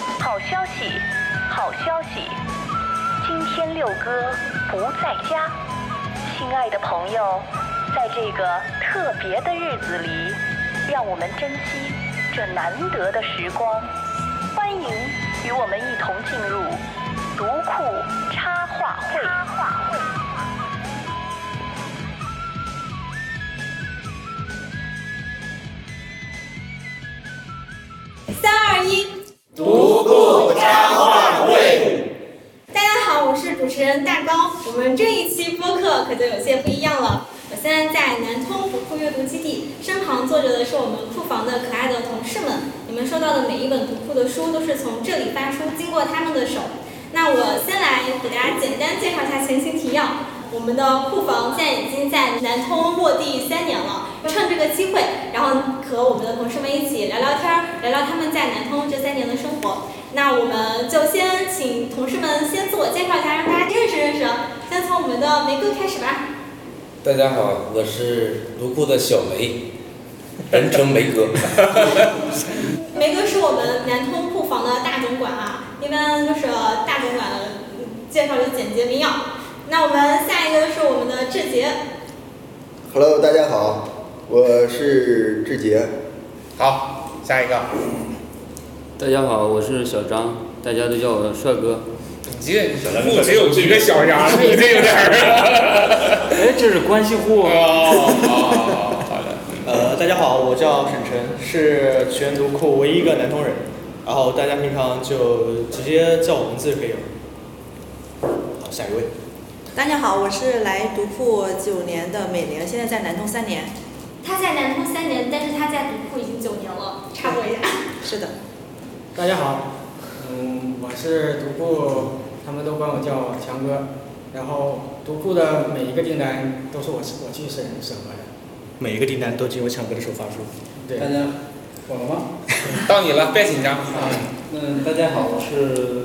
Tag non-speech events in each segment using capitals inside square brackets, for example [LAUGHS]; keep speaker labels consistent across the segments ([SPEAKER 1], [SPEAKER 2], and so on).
[SPEAKER 1] 息，好消息！今天六哥不在家，亲爱的朋友，在这个特别的日子里，让我们珍惜这难得的时光。欢迎与我们一同进入读库插画会。插画会
[SPEAKER 2] 三二一，
[SPEAKER 3] 独库插画会。
[SPEAKER 2] 大家好，我是主持人大高。我们这一期播客可就有些不一样了。我现在在南通读库阅读基地，身旁坐着的是我们库房的可爱的同事们。你们收到的每一本读库的书都是从这里发出，经过他们的手。那我先来给大家简单介绍一下前情提要。我们的库房现在已经在南通落地三年了，趁这个机会，然后和我们的同事们一起聊聊天儿，聊聊他们在南通这三年的生活。那我们就先请同事们先自我介绍一下，让大家认识认识。先从我们的梅哥开始吧。
[SPEAKER 3] 大家好，我是独库的小梅， [LAUGHS] 人称梅哥。
[SPEAKER 2] 梅哥是我们南通库房的大总管啊，一般就是大总管嗯介绍就简洁明了。那我们下一个是我们的志杰，
[SPEAKER 4] Hello，大家好，我是志杰。
[SPEAKER 5] 好，下一个，
[SPEAKER 6] 大家好，我是小张，大家都叫我帅哥。
[SPEAKER 5] 你这户只有一个小张， [LAUGHS]
[SPEAKER 7] [LAUGHS]
[SPEAKER 5] 你这有点儿。
[SPEAKER 6] 哎，这是关系户
[SPEAKER 5] 哦，好的。
[SPEAKER 7] 呃，大家好，我叫沈晨，是全读库唯一一个南通人。然后大家平常就直接叫我名字就可以了。好，下一位。
[SPEAKER 8] 大家好，我是来读库九年的美玲，现在在南通三年。
[SPEAKER 2] 他在南通三年，但是他在读库已经九年了，插播一下。
[SPEAKER 8] 是的，
[SPEAKER 9] 大家好，嗯，我是独库，他们都管我叫强哥。然后独库的每一个订单都是我我去审审核的。
[SPEAKER 7] 每一个订单都经由强哥的手发出。
[SPEAKER 9] 对，
[SPEAKER 10] 大家，我了吗？
[SPEAKER 5] [LAUGHS] 到你了，别紧张。
[SPEAKER 10] 啊，嗯，大家好，我是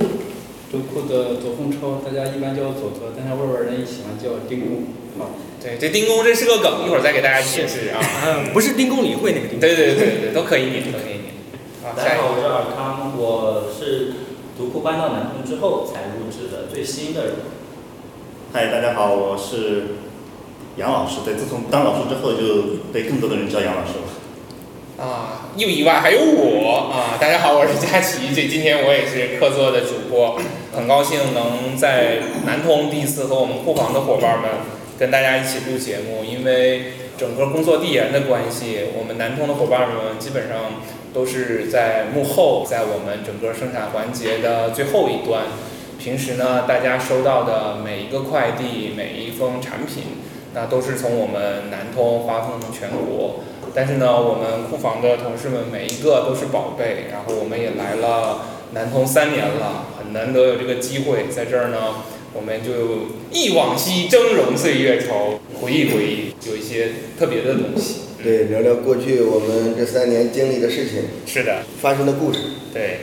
[SPEAKER 10] 卓库的左凤超，大家一般叫我左左，但是外边人也喜欢叫我丁啊工。好，
[SPEAKER 5] 哦对， [LAUGHS] 这丁工这是个梗，一会儿再给大家解释啊。
[SPEAKER 7] 嗯，不是丁公理会那个丁。
[SPEAKER 5] 对对对对，都可以念，都可以念。好，
[SPEAKER 11] 大
[SPEAKER 5] 啊下
[SPEAKER 11] 家
[SPEAKER 5] 一
[SPEAKER 11] 好，我
[SPEAKER 5] 个。
[SPEAKER 11] 是尔康，我是独库搬到南通之后才入职的最新的人。
[SPEAKER 12] 嗨，大家好，我是杨老师。对，自从当老师之后，就被更多的人叫杨老师了。
[SPEAKER 5] 啊，又一万还有我啊！大家好，我是佳琪，这今天我也是客座的主播，很高兴能在南通第一次和我们库房的伙伴们跟大家一起录节目，因为整个工作地缘的关系，我们南通的伙伴们基本上都是在幕后，在我们整个生产环节的最后一端。平时呢，大家收到的每一个快递、每一封产品，那都是从我们南通发送全国。但是呢，我们库房的同事们每一个都是宝贝，然后我们也来了南通三年了，很难得有这个机会，在这儿呢，我们就忆往昔，峥嵘岁月稠，回忆回忆，有一些特别的东西。
[SPEAKER 4] 对，聊聊过去我们这三年经历的事情，
[SPEAKER 5] 是的，
[SPEAKER 4] 发生的故事。
[SPEAKER 5] 对，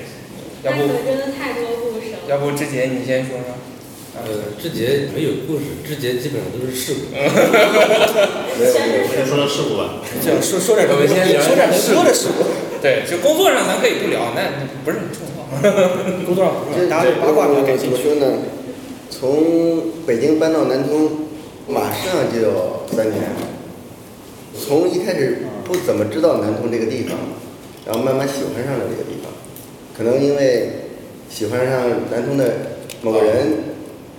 [SPEAKER 2] 那
[SPEAKER 5] 要
[SPEAKER 2] 可
[SPEAKER 5] 不
[SPEAKER 2] 真的太多故事了。
[SPEAKER 5] 要不志杰 [LAUGHS] 你先说说。啊
[SPEAKER 3] 呃，志杰没有故事，志杰基本上都是事
[SPEAKER 5] [LAUGHS]
[SPEAKER 3] 故。
[SPEAKER 4] 没有没有
[SPEAKER 12] 我先说说事故吧。
[SPEAKER 7] 这说说点
[SPEAKER 3] 我们先聊
[SPEAKER 7] 说点
[SPEAKER 3] 一下
[SPEAKER 7] 能
[SPEAKER 3] 事
[SPEAKER 7] 说的事。
[SPEAKER 5] 对，就工作上咱可以不聊，那不是很重要。
[SPEAKER 7] 工作上不
[SPEAKER 4] 这
[SPEAKER 7] 是，大家对八卦比较感
[SPEAKER 4] 怎
[SPEAKER 7] 兴
[SPEAKER 4] 么
[SPEAKER 7] 趣。
[SPEAKER 4] 说呢？从北京搬到南通，马上就要三年。从一开始不怎么知道南通这个地方，然后慢慢喜欢上了这个地方，可能因为喜欢上南通的某个人，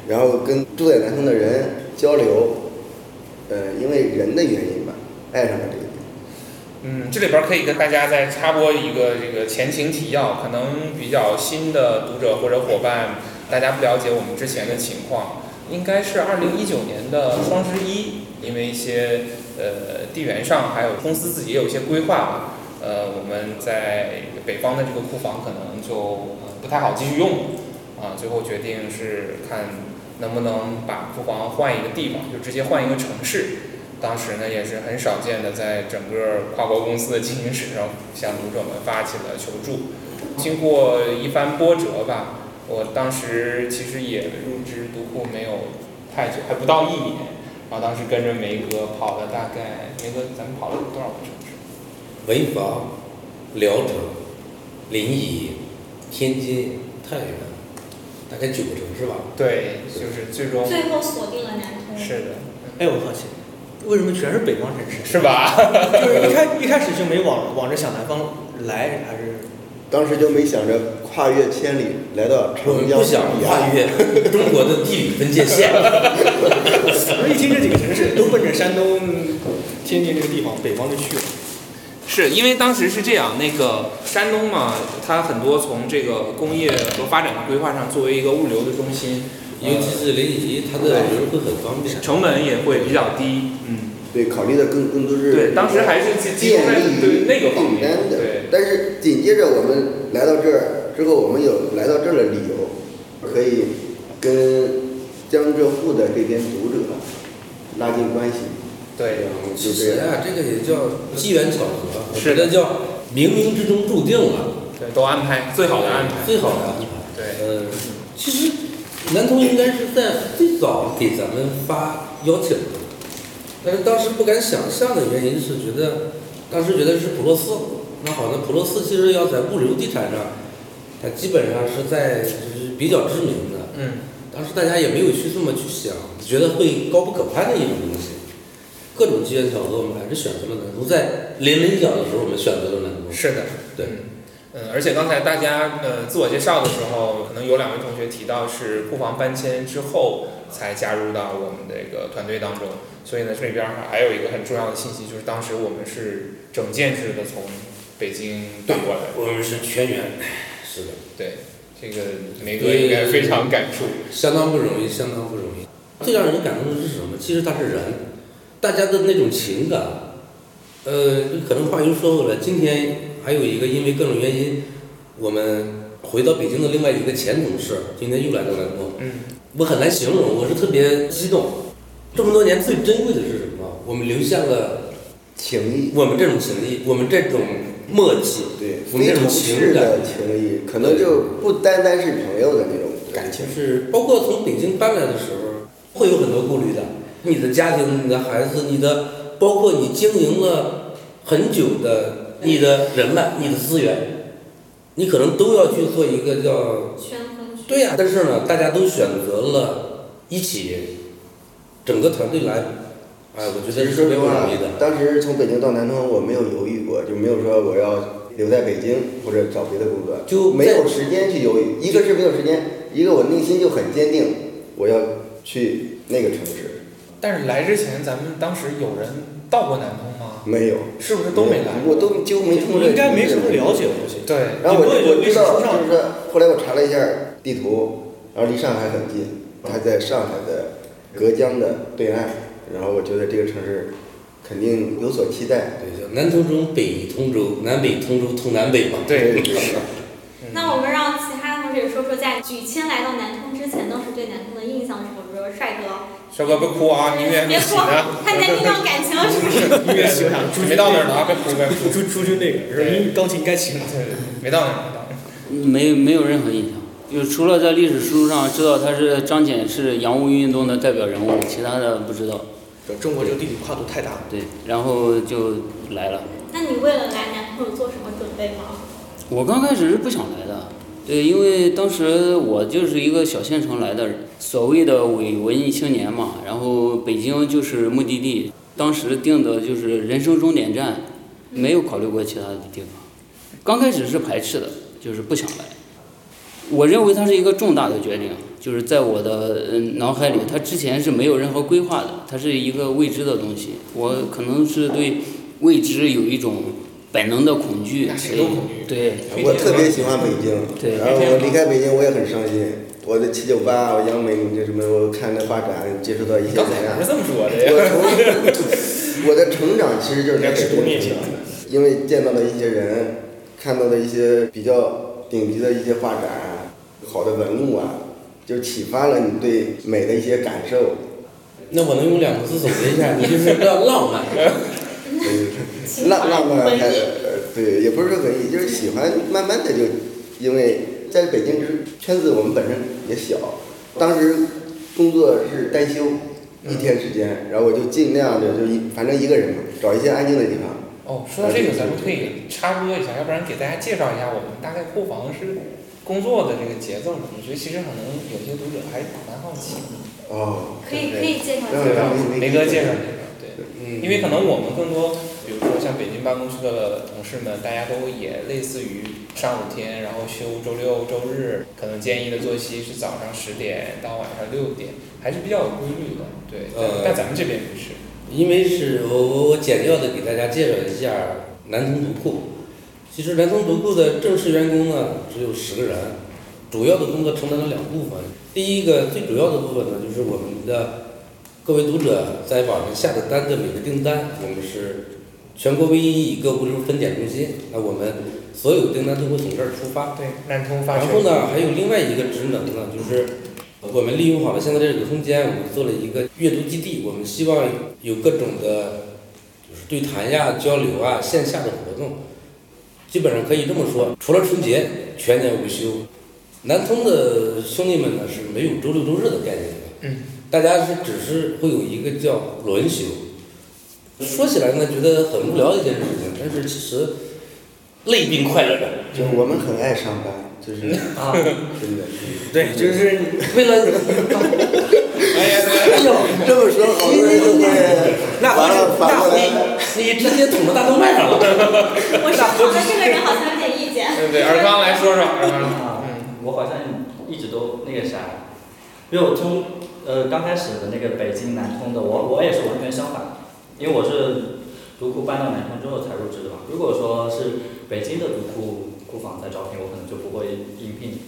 [SPEAKER 4] 然后跟住在南通的人交流，呃，因为人的原因吧，爱上了这个地方。
[SPEAKER 5] 嗯，这里边儿可以跟大家再插播一个这个前情提要，可能比较新的读者或者伙伴，大家不了解我们之前的情况，应该是二零一九年的双十一，因为一些呃地缘上还有公司自己也有一些规划吧，呃，我们在北方的这个库房可能就呃不太好继续用，啊，最后决定是看能不能把库房换一个地方，就直接换一个城市。当时呢也是很少见的，在整个跨国公司的经营史上向读者们发起了求助。经过一番波折吧，我当时其实也入职读库没有太久，还不到一年。然后当时跟着梅哥跑了大概，梅哥咱们跑了多少个城市？
[SPEAKER 3] 潍坊、聊城、临沂、天津、太远了，大概九个城市吧。
[SPEAKER 5] 对，就是最终
[SPEAKER 2] 最后锁定了南通。
[SPEAKER 5] 是的。
[SPEAKER 7] 哎，我好奇，为什么全是北方城市？
[SPEAKER 5] 是吧？
[SPEAKER 7] [LAUGHS] 就是一开一开始就没往往着想南方来，还是
[SPEAKER 4] 当时就没想着跨越千里来到
[SPEAKER 3] 我们
[SPEAKER 4] 长江
[SPEAKER 3] 不想
[SPEAKER 4] 以
[SPEAKER 3] 跨
[SPEAKER 4] 岸。 [LAUGHS]
[SPEAKER 3] 越中国的地理分界
[SPEAKER 7] [LAUGHS]
[SPEAKER 3] 线。
[SPEAKER 7] 我一听这几个城市都奔着山东、天津这个地方，北方就去了。
[SPEAKER 5] 是因为当时是这样，那个山东嘛，它很多从这个工业和发展的规划上作为一个物流的中心，
[SPEAKER 3] 尤其是临沂，它的人会很方便，
[SPEAKER 5] 成本也会比较低。嗯，
[SPEAKER 4] 对，考虑的更更多是
[SPEAKER 5] 对当时还是集集中
[SPEAKER 4] 便
[SPEAKER 5] 在
[SPEAKER 4] 利
[SPEAKER 5] 对
[SPEAKER 4] 于
[SPEAKER 5] 那个方面
[SPEAKER 4] 简单的
[SPEAKER 5] 对。
[SPEAKER 4] 但是紧接着我们来到这儿之后，我们有来到这儿的理由，可以跟江浙沪的这边读者拉近关系。
[SPEAKER 5] 对，
[SPEAKER 4] 就
[SPEAKER 3] 其
[SPEAKER 4] 这
[SPEAKER 3] 实
[SPEAKER 4] 样。
[SPEAKER 3] 啊，这个也叫机缘巧合，我觉得叫冥冥之中注定了，
[SPEAKER 5] 对，都安排最好的安排，
[SPEAKER 3] 最好的安排。
[SPEAKER 5] 对，
[SPEAKER 3] 呃，其实南通应该是在最早给咱们发邀请的，但是当时不敢想象的原因是觉得，当时觉得是普洛斯，那好，那普洛斯其实要在物流地产上，它基本上是在就是比较知名的，
[SPEAKER 5] 嗯，
[SPEAKER 3] 当时大家也没有去这么去想，觉得会高不可攀的一种东西。各种机缘巧合，我们还是选择了南通。在临门一脚的时候，我们选择了南通。
[SPEAKER 5] 是的，
[SPEAKER 3] 对，
[SPEAKER 5] 嗯，而且刚才大家呃自我介绍的时候，可能有两位同学提到是库房搬迁之后才加入到我们这个团队当中，所以呢这里边儿还有一个很重要的信息，就是当时我们是整件事的从北京搬过来的，
[SPEAKER 3] 我们是全员，是的，
[SPEAKER 5] 对，这个梅哥应该非常感触，
[SPEAKER 3] [LAUGHS] 相当不容易，相当不容易。最让人感动的是什么？其实他是人，大家的那种情感，呃，可能话又说回来，今天还有一个因为各种原因，我们回到北京的另外一个前同事，今天又来到南通，
[SPEAKER 5] 嗯，
[SPEAKER 3] 我很难形容，我是特别激动。这么多年最珍贵的是什么？我们留下了
[SPEAKER 4] 情谊，
[SPEAKER 3] 我们这种情谊，我们这种默契，
[SPEAKER 4] 对
[SPEAKER 3] 我们这
[SPEAKER 4] 非
[SPEAKER 3] 种
[SPEAKER 4] 同事
[SPEAKER 3] 情感
[SPEAKER 4] 的，情谊，可能就不单单是朋友的那种感情。
[SPEAKER 3] 就是包括从北京搬来的时候，会有很多顾虑的。你的家庭、你的孩子、你的，呃包括你经营了很久的你的人脉、你的资源，你可能都要去做一个叫
[SPEAKER 2] 圈分
[SPEAKER 3] 对呀、但是呢，大家都选择了一起，整个团队来，哎，我觉得是
[SPEAKER 4] 说
[SPEAKER 3] 特别
[SPEAKER 4] 实
[SPEAKER 3] 不
[SPEAKER 4] 话
[SPEAKER 3] 容易的。，
[SPEAKER 4] 当时从北京到南通，我没有犹豫过，就没有说我要留在北京或者找别的工作，
[SPEAKER 3] 就
[SPEAKER 4] 没有
[SPEAKER 3] 在
[SPEAKER 4] 时间去犹豫。一个是没有时间，一个我内心就很坚定，我要去那个城市。
[SPEAKER 5] 但是来之前咱们当时有人到过南通吗？
[SPEAKER 4] 没有，
[SPEAKER 5] 是不是都没来？
[SPEAKER 4] 我都几乎没听过这个城市。
[SPEAKER 7] 西
[SPEAKER 5] 对，
[SPEAKER 4] 然后
[SPEAKER 7] 你
[SPEAKER 4] 我
[SPEAKER 7] 不会有
[SPEAKER 4] 我
[SPEAKER 7] 历史
[SPEAKER 4] 知道，
[SPEAKER 7] 书上
[SPEAKER 4] 就是说，后来我查了一下地图，然后离上海很近，它在上海的隔江的对岸，然后我觉得这个城市肯定有所期待。
[SPEAKER 3] 对，南通中，北通州，南北通州，通南北嘛。
[SPEAKER 5] 对
[SPEAKER 3] [LAUGHS]
[SPEAKER 4] 对
[SPEAKER 2] 那我们让其他同学说说，在举签来到南通之前，当时对南通的印象是什么？比如说帅哥，
[SPEAKER 5] 帅哥别哭啊，你远
[SPEAKER 2] 别
[SPEAKER 5] 不起
[SPEAKER 2] 哭
[SPEAKER 5] 呢，，
[SPEAKER 2] 看你在酝酿感情了是
[SPEAKER 5] [LAUGHS]
[SPEAKER 2] 不是？
[SPEAKER 5] 你远没到那儿呢，啊别哭别哭，
[SPEAKER 7] 出出去那个，是吧因为钢琴该行了。
[SPEAKER 5] 对，没到那儿没到那儿。
[SPEAKER 6] [LAUGHS] 没没有任何印象，就除了在历史书上知道他是张謇是洋务运动的代表人物，其他的不知道。
[SPEAKER 7] 中国这个地理跨度太大了。
[SPEAKER 6] 对，然后就来了。
[SPEAKER 2] 那你为了来南通有做什么准备
[SPEAKER 5] [LAUGHS]
[SPEAKER 2] 吗？
[SPEAKER 6] 我刚开始是不想来的，对，因为当时我就是一个小县城来的，所谓的伪文艺青年嘛。然后北京就是目的地，当时定的就是人生终点站，没有考虑过其他的地方。刚开始是排斥的，就是不想来。我认为它是一个重大的决定，就是在我的嗯脑海里，它之前是没有任何规划的，它是一个未知的东西。我可能是对未知有一种本能的恐惧，所以对，
[SPEAKER 4] 我特别喜欢北京，
[SPEAKER 6] 对
[SPEAKER 4] 然后我离开北京我也很伤心。我的七九八，我央美，这什么，我看那画展，接触到一些
[SPEAKER 5] 刚
[SPEAKER 4] 展
[SPEAKER 5] 才
[SPEAKER 4] 览
[SPEAKER 5] 不是。这么说的呀。
[SPEAKER 4] 我从我的成长其实就是在北京成长的，因为见到的一些人，看到的一些比较顶级的一些画展啊，好的文物啊，就启发了你对美的一些感受。
[SPEAKER 3] 那我能用两个字总结一下，你就是要浪漫。
[SPEAKER 4] 嗯浪浪漫还呃对，也不是说文艺，就是喜欢，慢慢的就，因为在北京就是圈子我们本身也小，当时工作是单休，一天时间，然后我就尽量的就一反正一个人嘛，找一些安静的地方。
[SPEAKER 5] 呃哦，说到这个，咱们可以插播一下，要不然给大家介绍一下我们大概库房是工作的这个节奏呢，我觉得其实可能有些读者还蛮好奇的。
[SPEAKER 4] 哦，
[SPEAKER 2] 可以可以介绍
[SPEAKER 5] 对呃
[SPEAKER 2] 介
[SPEAKER 5] 吧
[SPEAKER 2] 绍。？
[SPEAKER 5] 梅哥介绍介绍，对，嗯因为可能我们更多，比如说像北京办公区的同事们，大家都也类似于上五天，然后休周六周日，可能建议的作息是早上十点到晚上六点，还是比较有规律的，对。但
[SPEAKER 3] 呃
[SPEAKER 5] 但咱们这边不是，
[SPEAKER 3] 因为是我我我简要的给大家介绍一下南通读库。其实南通读库的正式员工呢只有十个人，主要的工作承担了两部分。第一个最主要的部分呢，就是我们的各位读者在网上下的单的每个订单，我们是全国唯一一个物流分拣中心，那我们所有订单都会从这儿出发。
[SPEAKER 5] 对，南通发
[SPEAKER 3] 然后呢，还有另外一个职能呢，就是我们利用好了现在这个空间，我们做了一个阅读基地。我们希望有各种的，就是对谈呀、交流啊、线下的活动。基本上可以这么说，除了春节，全年无休。南通的兄弟们呢是没有周六周日的概念的，
[SPEAKER 5] 嗯，
[SPEAKER 3] 大家是只是会有一个叫轮休。说起来呢，觉得很无聊的一件事情，但是其实累并快乐着。
[SPEAKER 4] 就我们很爱上班， [LAUGHS] 就是
[SPEAKER 3] 啊
[SPEAKER 4] 真的。
[SPEAKER 7] 对，就是
[SPEAKER 3] 为
[SPEAKER 4] [LAUGHS]
[SPEAKER 3] 了。哎呦，
[SPEAKER 4] 这么说好多人都会。
[SPEAKER 3] 那
[SPEAKER 4] 完了，反过来。
[SPEAKER 3] 你你直接捅到大动脉上了。
[SPEAKER 2] 我是觉得这个人好像有点意见。
[SPEAKER 5] [LAUGHS] 对对，
[SPEAKER 2] [LAUGHS]
[SPEAKER 5] 尔康来说说，尔康，
[SPEAKER 11] 我好像一直都那个啥，因为我从呃刚开始的那个北京南通的，我我也是完全相反，因为我是独库搬到南通之后才入职的嘛。如果说是北京的独库库房在招聘，我可能就不会应聘。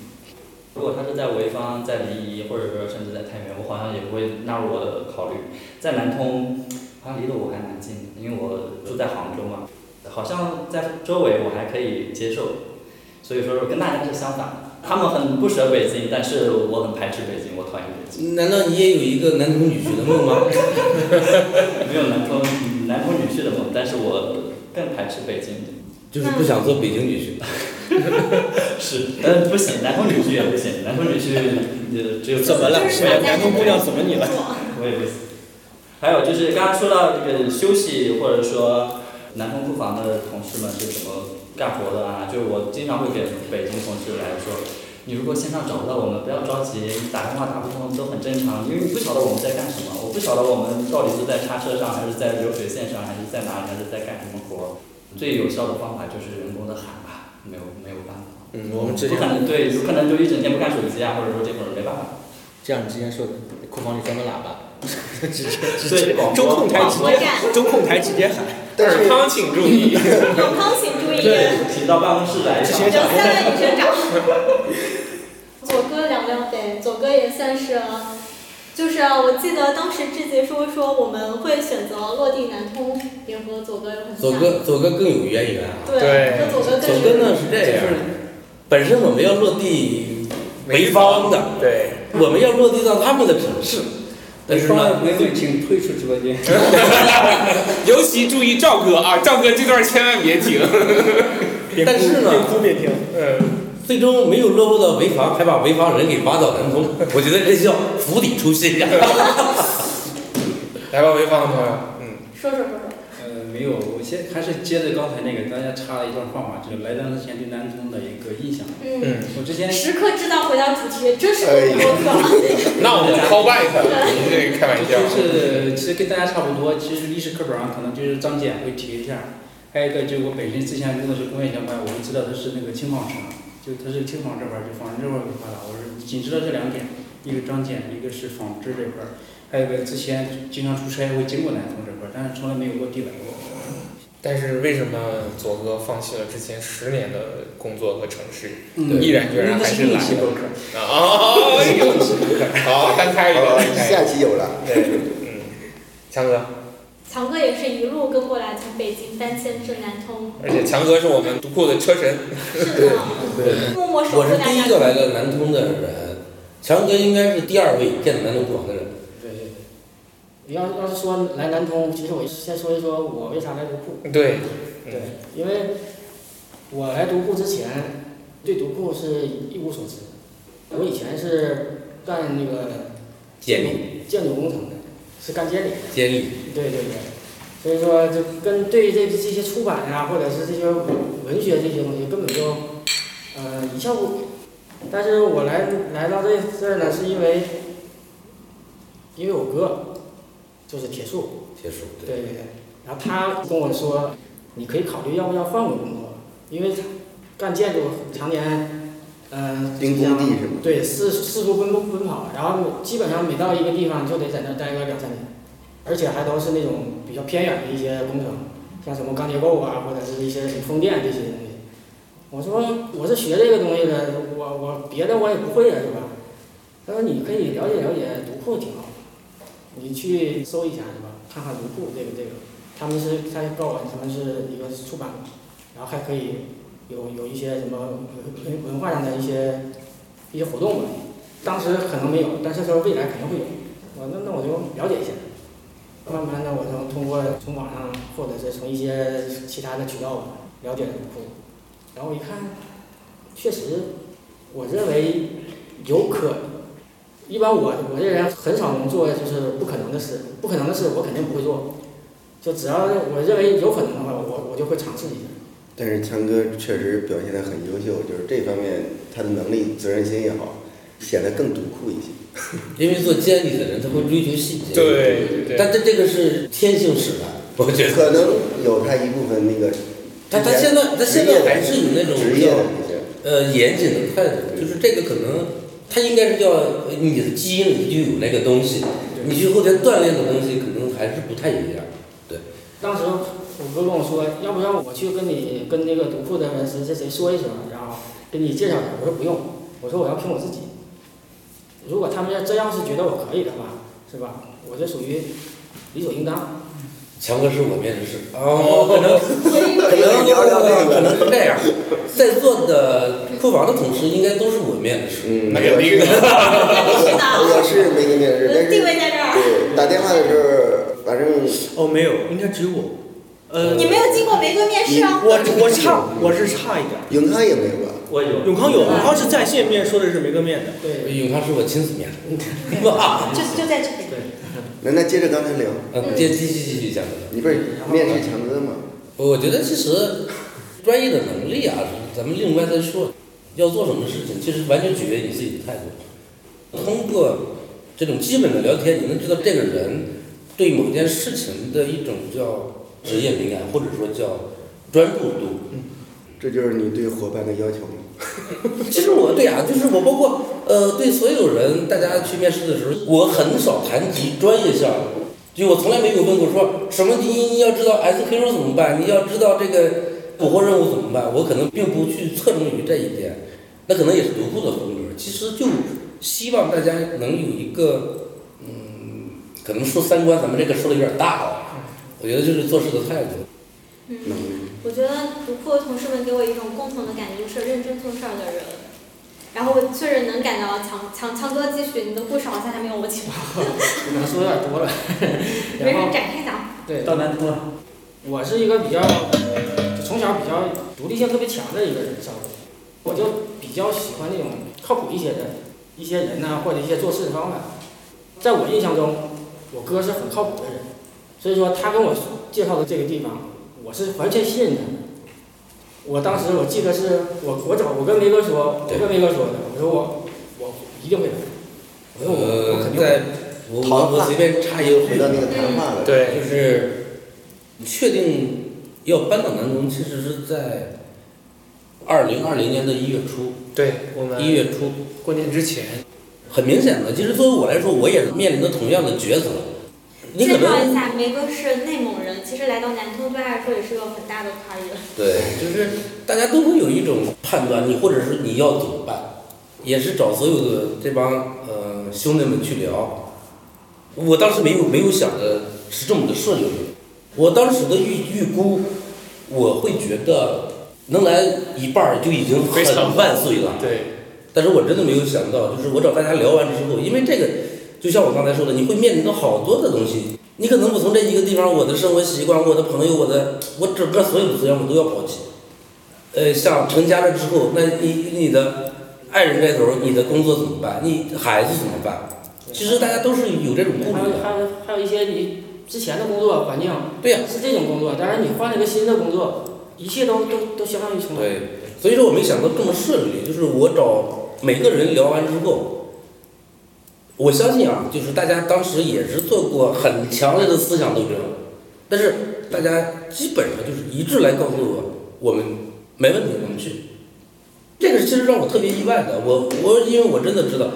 [SPEAKER 11] 如果他是在潍坊、在临沂，或者说甚至在太原，我好像也不会纳入我的考虑。在南通，好像离得我还蛮近的，因为我住在杭州嘛，好像在周围我还可以接受，所以说我跟大家是相反的。他们很不舍北京，但是我很排斥北京，我讨厌北京。
[SPEAKER 3] 难道你也有一个南通女婿的梦吗？
[SPEAKER 11] 没有南通南通女婿的梦，但是我更排斥北京。
[SPEAKER 3] 就是不想
[SPEAKER 11] [LAUGHS]
[SPEAKER 3] 做北京女婿。
[SPEAKER 11] 是，但是不行，南通女婿也不行，南通女婿呃只有
[SPEAKER 7] 怎么了
[SPEAKER 11] 我
[SPEAKER 7] 南通姑娘怎么你了？
[SPEAKER 11] 我也不行。还有就是刚刚说到这个休息，或者说南通库房的同事们是怎么干活的啊？就是我经常会给北京同事来说，你如果线上找不到我们，不要着急，打电话打不通都很正常，因为你不晓得我们在干什么，我不晓得我们到底是在叉车上，还是在流水线上，还是在哪里，还是在干什么活。最有效的方法就是人工的喊吧，没有没有办法。
[SPEAKER 7] 嗯我们直接
[SPEAKER 11] 不可能对，有可能就一整天不看手机啊，或者说这会儿没办法。
[SPEAKER 7] 这样你之前说的，库房里装个喇叭，直接直
[SPEAKER 11] 对
[SPEAKER 7] 接
[SPEAKER 11] 广播
[SPEAKER 7] 中控台直
[SPEAKER 2] 广播
[SPEAKER 7] 接
[SPEAKER 2] 站
[SPEAKER 7] 中控台直接喊。
[SPEAKER 5] 尔康请注
[SPEAKER 2] [LAUGHS]
[SPEAKER 5] 意。
[SPEAKER 2] 尔康请注意。
[SPEAKER 11] 对，请到办公室来。
[SPEAKER 2] 有三位女生长。 [LAUGHS] 左哥聊聊呗，左哥也算是，就是啊我记得当时志杰说说我们会选择落地南通，也和左哥有很大。
[SPEAKER 3] 左哥，左哥更有渊源啊。
[SPEAKER 2] 对和左哥更是
[SPEAKER 3] 左哥呢是这样，本身我们要落地潍坊的，
[SPEAKER 5] 对，
[SPEAKER 3] 我们要落地到他们的城市，但是呢，
[SPEAKER 10] 没问请退出直播间。
[SPEAKER 5] [LAUGHS] 尤其注意赵哥啊，赵哥这段千万别停。
[SPEAKER 3] 但是呢，
[SPEAKER 7] 别听。
[SPEAKER 3] 最终没有落户到潍坊，还把潍坊人给挖到南通，我觉得这叫釜底抽薪
[SPEAKER 4] [LAUGHS]
[SPEAKER 3] 呀。
[SPEAKER 5] 来吧，潍坊的朋友，
[SPEAKER 2] 说说说说。
[SPEAKER 10] 呃，没有，我先还是接着刚才那个，大家插了一段话嘛，就是来到之前对南通的一个印象。
[SPEAKER 2] 嗯
[SPEAKER 10] 我之前
[SPEAKER 2] 时刻知道回到主题，真是
[SPEAKER 4] 哎
[SPEAKER 2] [LAUGHS] 我播客。
[SPEAKER 5] 那我们 call back，您这个开玩笑。
[SPEAKER 10] 就是其实跟大家差不多，其实历史课本上可能就是章节会提一下。还有一个就是我本身之前用的是工业相关，我们知道它是那个青纺厂，就它是青纺这块儿，就纺织这块儿很发达。我是仅知道这两点，一个章节，一个是纺织这块儿，还有一个之前经常出差会经过南通这块儿，但是从来没有落地来过。
[SPEAKER 5] 但是为什么左哥放弃了之前十年的工作和城市，
[SPEAKER 10] 嗯
[SPEAKER 5] 毅然决然还来
[SPEAKER 10] 因为这是逆袭博
[SPEAKER 5] 了
[SPEAKER 10] 客？
[SPEAKER 5] 啊哦，哎呦 [LAUGHS] 好，单开一个，单开一个
[SPEAKER 4] 下期有了。
[SPEAKER 5] 对，嗯，强哥，
[SPEAKER 2] 强哥也是一路跟过来，从北京搬迁至南
[SPEAKER 4] [LAUGHS]
[SPEAKER 2] 通。
[SPEAKER 5] 而且强哥是我们独库的车神，
[SPEAKER 2] 是的。默默守
[SPEAKER 3] 我
[SPEAKER 2] 护
[SPEAKER 3] 是
[SPEAKER 2] 大
[SPEAKER 3] 第
[SPEAKER 2] 家
[SPEAKER 3] 一。个来到南通的人，强哥应该是第二位见南通广的人。
[SPEAKER 9] 对对对，要要是说来南通，其实我先说一说我为啥来独库。
[SPEAKER 5] 对，
[SPEAKER 9] 对，因为我来独库之前，对独库是一无所知。我以前是干那个
[SPEAKER 3] 建
[SPEAKER 9] 筑建筑工程的，是干监理的。
[SPEAKER 3] 监理。
[SPEAKER 9] 对对对，所以说就跟对这这些啊出版呀、或者是这些文学这些东西根本就，呃，一窍不但是我来来到这这儿呢，是因为因为我哥就是铁树，
[SPEAKER 3] 结束。
[SPEAKER 9] 对对对，然后他跟我说，你可以考虑要不要换个工作，因为干建筑常年，嗯、
[SPEAKER 4] 盯工地是吗
[SPEAKER 9] 对，四四处奔奔跑，然后基本上每到一个地方就得在那儿待个两三年，而且还都是那种比较偏远的一些工程，像什么钢结构啊，或者是一些什么风电这些东西。我说我是学这个东西的，我我别的我也不会啊呀，是吧？他说你可以了解了解读库挺好的，你去搜一下是吧？看看读库这个这个，他们是他告诉我他们是一个出版的，然后还可以有有一些什么文文化上的一些一些活动吧。当时可能没有，但是说未来肯定会有。我那那我就了解一下，慢慢的我能通过从网上或者是从一些其他的渠道吧了解读库，然后一看，确实，我认为有可一般我我这人很少能做就是不可能的事，不可能的事我肯定不会做。就只要我认为有可能的话，我我就会尝试一下。
[SPEAKER 4] 但是强哥确实表现得很优秀，就是这方面他的能力、责任心也好，显得更独酷一些。
[SPEAKER 3] 因为做监理的人他会追求细节，
[SPEAKER 4] 对对对
[SPEAKER 3] 但这这个是天性使然， [LAUGHS] 我觉得
[SPEAKER 4] 可能有他一部分那个，
[SPEAKER 3] 他他现在他现在还是有那种
[SPEAKER 4] 职
[SPEAKER 3] 比
[SPEAKER 4] 业
[SPEAKER 3] 较
[SPEAKER 4] 的
[SPEAKER 3] 呃严谨的态度，就是这个可能他应该是叫呃你的基因里就有那个东西，你去后天锻炼的东西可能还是不太一样。对，
[SPEAKER 9] 当时我哥跟我说，要不让我去跟你跟那个读库的谁谁谁说一声，然后给你介绍一下。我说不用，我说我要凭我自己。如果他们要真要是觉得我可以的话，是吧？我这属于理所应当。
[SPEAKER 3] 强哥是我面试是哦，可能可
[SPEAKER 9] 可
[SPEAKER 3] 能
[SPEAKER 9] 以聊聊这个
[SPEAKER 3] 可能是这样，在座的呃库房的同事应该都是我面试，那
[SPEAKER 4] 肯定的我是没你面试，但是
[SPEAKER 2] 地位在这儿，
[SPEAKER 4] 对打电话的时候，反正
[SPEAKER 7] 哦没有，应该只有我。呃，
[SPEAKER 2] 你没有经过梅哥面试啊？
[SPEAKER 7] 我我差我是差一点。
[SPEAKER 4] 永康也没有吧？
[SPEAKER 11] 我有
[SPEAKER 7] 永康
[SPEAKER 3] 嗯
[SPEAKER 7] 有，永康是在线面，说的是梅哥面的。
[SPEAKER 9] 对，
[SPEAKER 3] 永康是 [LAUGHS] 我亲自面的。 [LAUGHS]
[SPEAKER 2] 就是就在这里。
[SPEAKER 4] 那那接着刚才聊，
[SPEAKER 3] 嗯，接继续继续讲。
[SPEAKER 4] 你不是面试强哥吗？
[SPEAKER 3] 我觉得其实专业的能力啊，咱们另外再说。要做什么事情，其实完全取决于你自己的态度。通过这种基本的聊天，你能知道这个人对某件事情的一种叫职业敏感，或者说叫专注度。
[SPEAKER 4] 嗯这就是你对伙伴的要求吗？
[SPEAKER 3] 其实我对啊，就是我包括呃，对所有人，大家去面试的时候，我很少谈及专业项目，就我从来没有问过说什么你你要知道 SKU 怎么办，你要知道这个捕获任务怎么办，我可能并不去侧重于这一点，那可能也是独库的风格。其实就希望大家能有一个，嗯，可能说三观，咱们这个说的有点大了，我觉得就是做事的态度。
[SPEAKER 2] 嗯，我觉得读库的同事们给我一种共同的感觉，就是认真做事儿的人。然后我确实能感到强强强哥，继续你的故事好像还没有我强，
[SPEAKER 9] [LAUGHS] 可能说有点多了。
[SPEAKER 2] 没
[SPEAKER 9] 然
[SPEAKER 2] 事
[SPEAKER 9] 后
[SPEAKER 2] 展开讲。
[SPEAKER 9] 对，到南通了。我是一个比较，呃就从小比较独立性特别强的一个人，稍微，我就比较喜欢那种靠谱一些的一些人呐、或者一些做事的方法。在我印象中，我哥是很靠谱的人，所以说他跟我介绍的这个地方，我是完全信任他的。我当时我记得是我我找我跟梅哥说，我跟梅哥说的，我说我我一定会来，我说我我肯
[SPEAKER 3] 呃，
[SPEAKER 9] 定会来
[SPEAKER 3] 在我我我随便插一个
[SPEAKER 4] 回到那个谈话了。
[SPEAKER 5] 对，
[SPEAKER 3] 就是确定要搬到南通，其实是在二零二零年的一月初。
[SPEAKER 5] 对，我们
[SPEAKER 3] 一月初
[SPEAKER 5] 过年之前，
[SPEAKER 3] 很明显的，其实作为我来说，我也面临着同样的抉择。你可
[SPEAKER 2] 介绍一
[SPEAKER 3] 能
[SPEAKER 2] 下，梅哥是内蒙人，其实来到南通对他来说也是个很大的跨越。
[SPEAKER 3] 对，就是大家都会有一种判断，你或者是你要怎么办，也是找所有的这帮呃兄弟们去聊。我当时没有没有想着是这么的顺利，我当时的预预估，我会觉得能来一半儿就已经
[SPEAKER 5] 非常
[SPEAKER 3] 很万岁了。
[SPEAKER 5] 对，
[SPEAKER 3] 但是我真的没有想到，就是我找大家聊完之后，因为这个，就像我刚才说的，你会面临到好多的东西。你可能我从这一个地方，我的生活习惯、我的朋友、我的我整个所有的资源我都要抛弃。呃，像成家了之后，那你你的爱人这头，你的工作怎么办？你孩子怎么办？其实大家都是有这种顾
[SPEAKER 9] 还
[SPEAKER 3] 虑
[SPEAKER 9] 有
[SPEAKER 3] 的。
[SPEAKER 9] 还有还有一些你之前的工作环境，啊
[SPEAKER 3] 对呀、
[SPEAKER 9] 是这种工作，但是你换了一个新的工作，一切都都都相当于重来。
[SPEAKER 3] 对，所以说我没想到这么顺利，就是我找每个人聊完之后，我相信啊，就是大家当时也是做过很强烈的思想斗争，但是大家基本上就是一致来告诉我，我们没问题，我们去。这个其实让我特别意外的，我我因为我真的知道，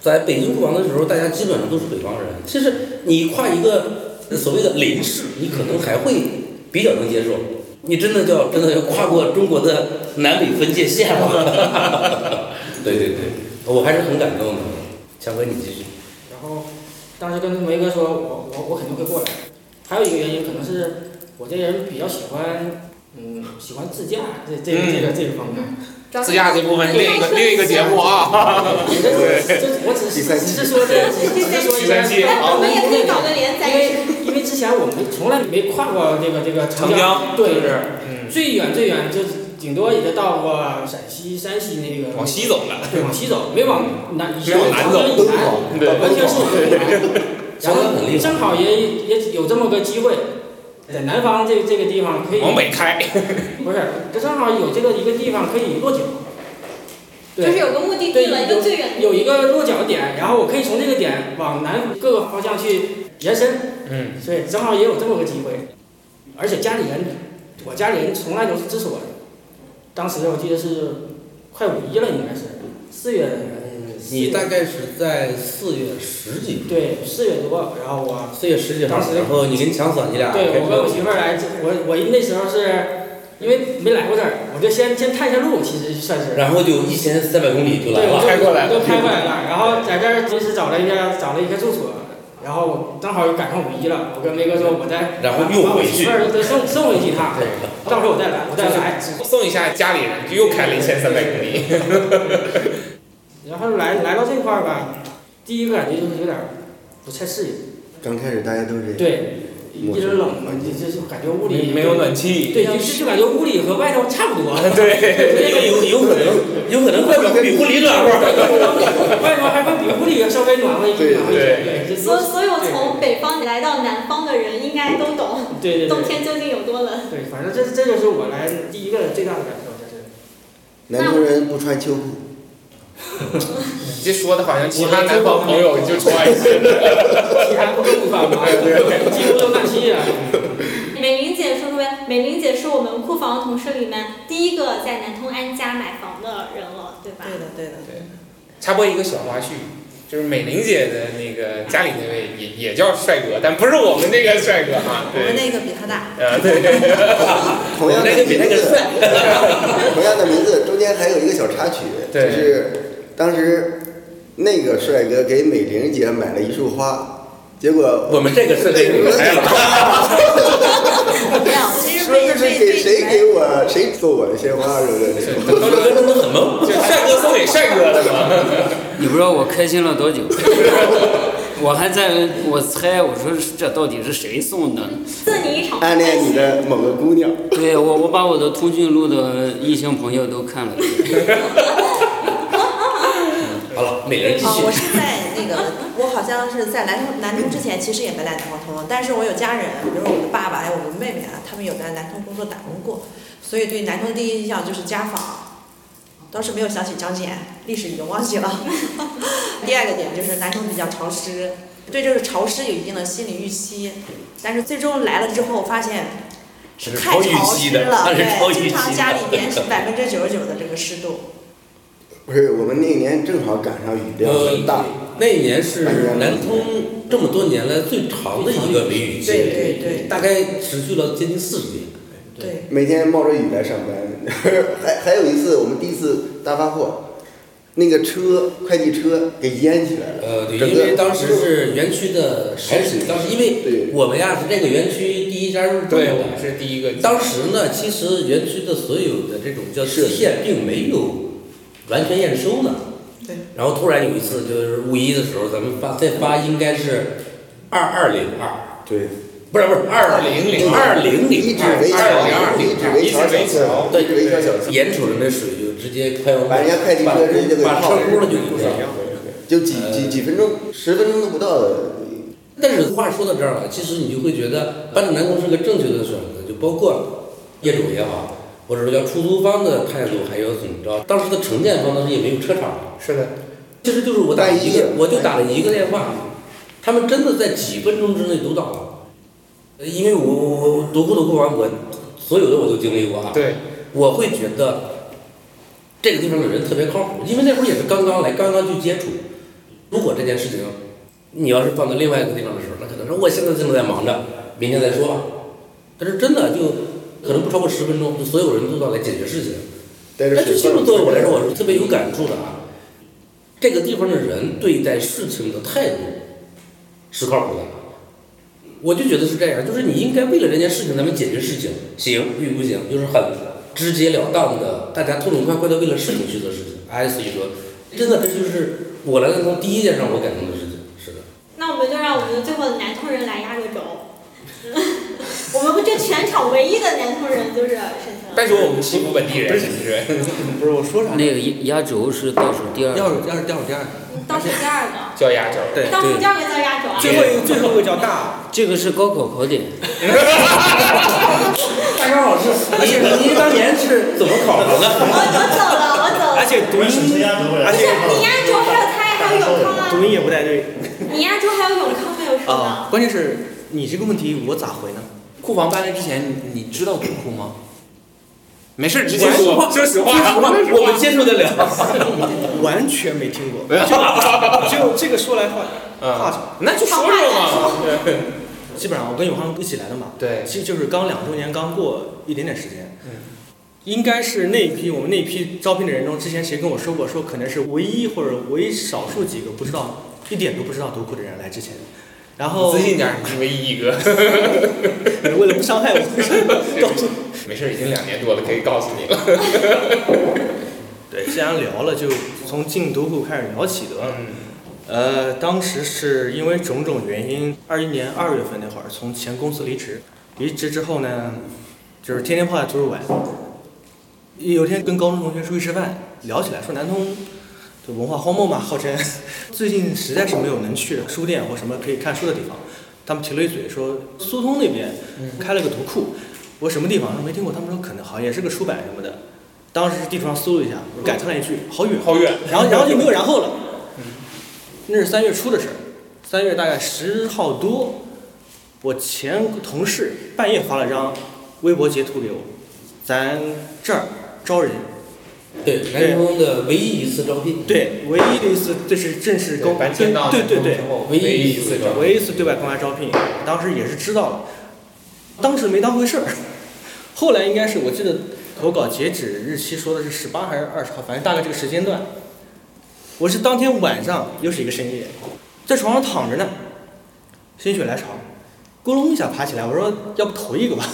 [SPEAKER 3] 在北京库房的时候，大家基本上都是北方人。其实你跨一个所谓的邻市，你可能还会比较能接受。你真的叫真的要跨过中国的南北分界线了。 [LAUGHS] 对对对，我还是很感动的。强哥，你继续。
[SPEAKER 9] 然后当时跟梅哥说，我我我肯定会过来。还有一个原因可能是我这人比较喜欢，嗯，喜欢自驾这这
[SPEAKER 3] 嗯
[SPEAKER 9] 个这个这个方面。
[SPEAKER 5] 自驾这部分是另一个另一个节目啊。
[SPEAKER 9] 对，就我只是只是说这，只是说一下，
[SPEAKER 2] 我们也可以搞个联
[SPEAKER 9] 因为因为之前我们从来没跨过这个这个
[SPEAKER 5] 长江
[SPEAKER 9] 对，
[SPEAKER 5] 是不是嗯
[SPEAKER 9] 最远最远就顶多也就到过陕西、山西那个
[SPEAKER 5] 往西走了嗯
[SPEAKER 9] 对，往西走，没往南，
[SPEAKER 5] 没往南走
[SPEAKER 9] 以南，
[SPEAKER 5] 对
[SPEAKER 9] 完全是我们然后正好也也有这么个机会，在南方这这个地方可以
[SPEAKER 5] 往北开，
[SPEAKER 9] 不是，这正好有这个一个地方可以落脚，对
[SPEAKER 2] 就是有个目的地
[SPEAKER 9] 对
[SPEAKER 2] 了一个最远的
[SPEAKER 9] 有有一个落脚点，然后我可以从这个点往南各个方向去延伸，
[SPEAKER 5] 嗯，
[SPEAKER 9] 所以正好也有这么个机会，而且家里人，我家里人从来都是支持我的，当时我记得是快五一了，应该是四月，
[SPEAKER 3] 你大概是在四月十几，
[SPEAKER 9] 对，四月多，然后我
[SPEAKER 3] 四月十几号
[SPEAKER 9] 当，时
[SPEAKER 3] 然后你跟强嫂你俩开
[SPEAKER 9] 对，我跟我媳
[SPEAKER 3] 车，
[SPEAKER 9] 妇儿来，我我那时候是因为没来过这儿，我就先先探一下路，其实算是。
[SPEAKER 3] 然后就一千三百公里就来
[SPEAKER 9] 对，我
[SPEAKER 3] 了，
[SPEAKER 9] 就我就开过来了。然后在这儿临时找了一下，找了一个住所，然后正好又赶上五一了，我跟梅哥说我再
[SPEAKER 5] 然后又
[SPEAKER 9] 把我
[SPEAKER 5] 回
[SPEAKER 9] 媳
[SPEAKER 5] 去
[SPEAKER 9] 妇儿再送送回去一趟，到时候我再来，我再来。
[SPEAKER 5] 送一下家里人，就又开了一千三百公里。
[SPEAKER 9] 然后来来到这块儿吧，第一个感觉就是有点儿不太适应，
[SPEAKER 4] 刚开始大家都是
[SPEAKER 9] 对，
[SPEAKER 4] 陌
[SPEAKER 9] 一直
[SPEAKER 4] 生
[SPEAKER 9] 冷，你这就感觉屋里
[SPEAKER 5] 没有暖气
[SPEAKER 9] 对，就就感觉屋里和外头差不多。 [LAUGHS]
[SPEAKER 5] 对
[SPEAKER 3] 有有可能，有可能外边会比屋里暖和。
[SPEAKER 9] 外头还会比屋里稍微暖和一点。对
[SPEAKER 2] 所所有从北方来到南方的人应该都懂，
[SPEAKER 9] 对对对
[SPEAKER 2] 冬天究竟有多冷。
[SPEAKER 9] 对，反正这这就是我来第一个最大的感受，就是。
[SPEAKER 4] 南通人不穿秋裤，
[SPEAKER 5] 你这说的好像其他南方朋友就穿一身，
[SPEAKER 9] 其他不更反吗？几乎都纳西啊。
[SPEAKER 2] 美玲姐说出来，美玲姐是我们库房同事里面第一个在南通安家买房的人了，对吧？对的，
[SPEAKER 8] 对的，
[SPEAKER 5] 对。插播一个小花絮，就是美玲姐的那个家里那位也也叫帅哥，但不是我们这个帅哥啊。
[SPEAKER 8] 我们
[SPEAKER 5] 对，
[SPEAKER 8] 那个比他大。
[SPEAKER 5] 呃，
[SPEAKER 7] [LAUGHS]
[SPEAKER 5] 对，
[SPEAKER 4] 同样的名字，同样的名字中间还有一个小插曲，就是当时那个帅哥给美玲姐买了一束花，结果
[SPEAKER 3] 我们这个是给你开
[SPEAKER 4] 了。
[SPEAKER 8] 没有，其实
[SPEAKER 4] 说这
[SPEAKER 8] 被
[SPEAKER 4] 是
[SPEAKER 8] 被
[SPEAKER 4] 给
[SPEAKER 8] 被
[SPEAKER 4] 谁给我谁做我的鲜花什么 [LAUGHS] 的，
[SPEAKER 3] 当时真的很懵，
[SPEAKER 5] 帅哥送给帅哥的嘛。
[SPEAKER 6] 你不知道我开心了多久， [LAUGHS] 我还在我猜，我说这到底是谁送的呢？
[SPEAKER 2] 赠你一场
[SPEAKER 4] 暗恋你的某个姑娘。
[SPEAKER 6] 对我，我把我的通讯录的异性朋友都看了一遍。
[SPEAKER 5] [LAUGHS]
[SPEAKER 3] 好了，每人
[SPEAKER 8] 哦，我是在那个，我好像是在来南通之前，其实也没来南通，但是我有家人，比如我的爸爸还有我的妹妹啊，他们有在南通工作打工过，所以对南通的第一印象就是家访，当时没有想起张謇，历史已经忘记了。 [LAUGHS] 第二个点就是南通比较潮湿，对这个潮湿有一定的心理预期，但是最终来了之后发现
[SPEAKER 3] 是
[SPEAKER 8] 太
[SPEAKER 3] 超预
[SPEAKER 8] 潮
[SPEAKER 3] 期
[SPEAKER 8] 湿
[SPEAKER 3] 的，
[SPEAKER 8] 了，
[SPEAKER 3] 那是超
[SPEAKER 8] 对，经
[SPEAKER 3] 预期
[SPEAKER 8] 常家里边是
[SPEAKER 3] 的。
[SPEAKER 8] 百分之九十九的这个湿度。
[SPEAKER 4] 不是，我们那年正好赶上雨量
[SPEAKER 3] 嗯
[SPEAKER 4] 很大，
[SPEAKER 3] 那一年是南通这么多年来最长的一个梅雨季，
[SPEAKER 8] 对对对
[SPEAKER 3] 大概持续了接近四十天。
[SPEAKER 8] 对，
[SPEAKER 4] 每天冒着雨来上班。 [LAUGHS] 还还有一次，我们第一次大发货，那个车快递车给淹起来了。
[SPEAKER 3] 呃，对，
[SPEAKER 4] 整
[SPEAKER 3] 因
[SPEAKER 4] 个
[SPEAKER 3] 为当时是园区的海水，当时因为我们呀是这个园区第一家入驻
[SPEAKER 5] 对，我
[SPEAKER 3] 的，
[SPEAKER 5] 们是第一个。
[SPEAKER 3] 当时呢，其实园区的所有的这种叫期限并没有完全验收呢。
[SPEAKER 8] 对。
[SPEAKER 3] 然后突然有一次，就是五一的时候，咱们发再发应该是二二零二，
[SPEAKER 4] 对，
[SPEAKER 3] 不是不是二二零零
[SPEAKER 4] 一直围桥
[SPEAKER 3] 二零二零，
[SPEAKER 4] 一直围桥
[SPEAKER 3] 对，
[SPEAKER 4] 一直围桥小桥
[SPEAKER 3] 眼瞅着那水就直接快要
[SPEAKER 4] 把人家快递车扔就给
[SPEAKER 3] 把车轱辘就给上。
[SPEAKER 4] 就几
[SPEAKER 3] 呃
[SPEAKER 4] 几几分钟，十分钟都不到的。
[SPEAKER 3] 但是话说到这儿了，其实你就会觉得搬到南宫是个正确的选择，就包括业主也好，或者说叫出租方的态度，还有怎么着？当时的承建方当时也没有车场，
[SPEAKER 5] 是的，
[SPEAKER 3] 其实就是我打一
[SPEAKER 4] 半
[SPEAKER 3] 个
[SPEAKER 4] 夜，
[SPEAKER 3] 我就打了一个电
[SPEAKER 4] 哎
[SPEAKER 3] 话，他们真的在几分钟之内都到了。呃因为我我我独孤的库房，我所有的我都经历过啊。
[SPEAKER 5] 对，
[SPEAKER 3] 我会觉得这个地方的人特别靠谱，因为那会儿也是刚刚来，刚刚去接触。如果这件事情你要是放到另外一个地方的时候，那可能说我现在正在忙着，明天再说吧。但是真的就可能不超过十分钟，就所有人都到来解决事情。哎
[SPEAKER 4] 但是
[SPEAKER 3] 但是
[SPEAKER 4] 水
[SPEAKER 3] 这
[SPEAKER 4] 泵
[SPEAKER 3] 种作为我来说，我是特别有感触的啊。这个地方的人对待事情的态度是靠谱的，我就觉得是这样，就是你应该为了这件事情，咱们解决事情，行与不行，就是很直截了当的，大家痛痛快快的为了事情去做事情。哎，所以说，真的这就是我来南通第一件让我感动的事情。是的，
[SPEAKER 2] 那我们就让我们最后的南通人来压个轴。 [LAUGHS] 我们这全场唯一的南通人就是沈腾。
[SPEAKER 5] [LAUGHS] 但是我们欺负本地人，其实
[SPEAKER 7] 不是我说啥呢？
[SPEAKER 6] 那个压压轴是倒数第二，
[SPEAKER 3] 第二第二第二第二，
[SPEAKER 2] 倒数第二个，
[SPEAKER 5] 叫压轴。
[SPEAKER 3] 对
[SPEAKER 2] 倒数第二个叫压轴啊！
[SPEAKER 7] 最后一个最后一个叫大，
[SPEAKER 6] 这个是高考考点。
[SPEAKER 3] 大刚老师，你你当年是怎么考的
[SPEAKER 2] 我
[SPEAKER 3] 呢？
[SPEAKER 2] 我走了，我走
[SPEAKER 7] 而
[SPEAKER 2] 了。
[SPEAKER 7] 且读
[SPEAKER 12] 是陈
[SPEAKER 7] 音
[SPEAKER 12] 家德，
[SPEAKER 7] 而
[SPEAKER 2] 不是
[SPEAKER 7] 且
[SPEAKER 2] 你压轴还有他，还有永康
[SPEAKER 7] 读
[SPEAKER 2] 啊！
[SPEAKER 7] 音也不带对
[SPEAKER 2] 你压轴还有永康没有说
[SPEAKER 7] 啊
[SPEAKER 2] 呢。。
[SPEAKER 7] 关键是你这个问题我咋回呢？
[SPEAKER 13] 库房搬来之前，你你知道鬼库吗？
[SPEAKER 5] 没事，直接说，说实话，
[SPEAKER 3] 我们接受得了。
[SPEAKER 7] [LAUGHS] 完全没听过，就就 [LAUGHS] 这个说来
[SPEAKER 5] [LAUGHS]
[SPEAKER 7] 话
[SPEAKER 5] 啊
[SPEAKER 7] 话长。
[SPEAKER 5] 那就说说嘛。
[SPEAKER 7] 基本上我跟永康一起来的嘛，
[SPEAKER 5] 对
[SPEAKER 7] 其实就是刚两周年刚过一点点时间，应该是那一批我们那一批招聘的人中，之前谁跟我说过，说可能是唯一或者唯少数几个不知道一点都不知道读库的人来之前，然后
[SPEAKER 5] 自信点，你是唯一一个。
[SPEAKER 7] 为了不伤害我， [LAUGHS] 告诉你
[SPEAKER 5] 没事，已经两年多了，可以告诉你了。
[SPEAKER 7] 对，既然聊了，就从进读库开始聊起得了。
[SPEAKER 5] 嗯
[SPEAKER 7] 呃，当时是因为种种原因，二一年二月份那会儿从前公司离职，离职之后呢，就是天天泡在图书馆。有一天跟高中同学出去吃饭，聊起来说南通就文化荒漠嘛，号称最近实在是没有能去的书店或什么可以看书的地方。他们提了一嘴说苏通那边
[SPEAKER 5] 嗯
[SPEAKER 7] 开了个读库，我说什么地方？说没听过，他们说可能好像也是个出版什么的。当时地图上搜了一下，我感叹了一句：“好远。”
[SPEAKER 5] 好远，嗯
[SPEAKER 7] 然后然后就没有然后了。那是三月初的事儿，三月大概十号多，我前同事半夜发了张微博截图给我，咱这儿招人，
[SPEAKER 3] 对，南通的唯一一次招聘，，
[SPEAKER 7] 对，唯一的一次这是正式公
[SPEAKER 5] 搬迁到
[SPEAKER 7] 对对对，
[SPEAKER 5] 唯一一次
[SPEAKER 7] 唯一一次对外公开招聘，当时也是知道了，当时没当回事儿， [LAUGHS] 后来应该是我记得投稿截止日期说的是十八还是二十号，反正大概这个时间段。我是当天晚上又是一个深夜，在床上躺着呢，心血来潮，咕隆一下爬起来，我说要不投一个吧，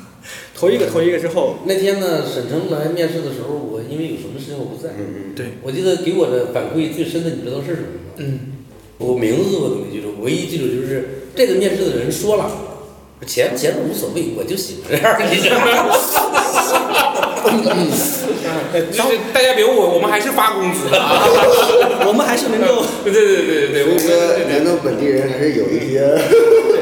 [SPEAKER 7] [LAUGHS] 投一个投一个之后，
[SPEAKER 3] 嗯那天呢，沈腾来面试的时候，我因为有什么事情我不在，
[SPEAKER 4] 嗯
[SPEAKER 7] [LAUGHS] 对，
[SPEAKER 3] 我记得给我的反馈最深的，你知道是什么吗？
[SPEAKER 5] 嗯，
[SPEAKER 3] 我名字我都没记住，唯一记住就是这个面试的人说了，钱钱无所谓，我就喜欢这样的 [LAUGHS] 人。
[SPEAKER 5] 就是大家别误会，我们还是发工资的啊。
[SPEAKER 7] [LAUGHS] 我们还是能够。
[SPEAKER 5] 对对对对对，
[SPEAKER 4] 所
[SPEAKER 5] 我
[SPEAKER 4] 以
[SPEAKER 5] 们
[SPEAKER 4] 说
[SPEAKER 5] 对，对
[SPEAKER 4] 南通本地人还是有一些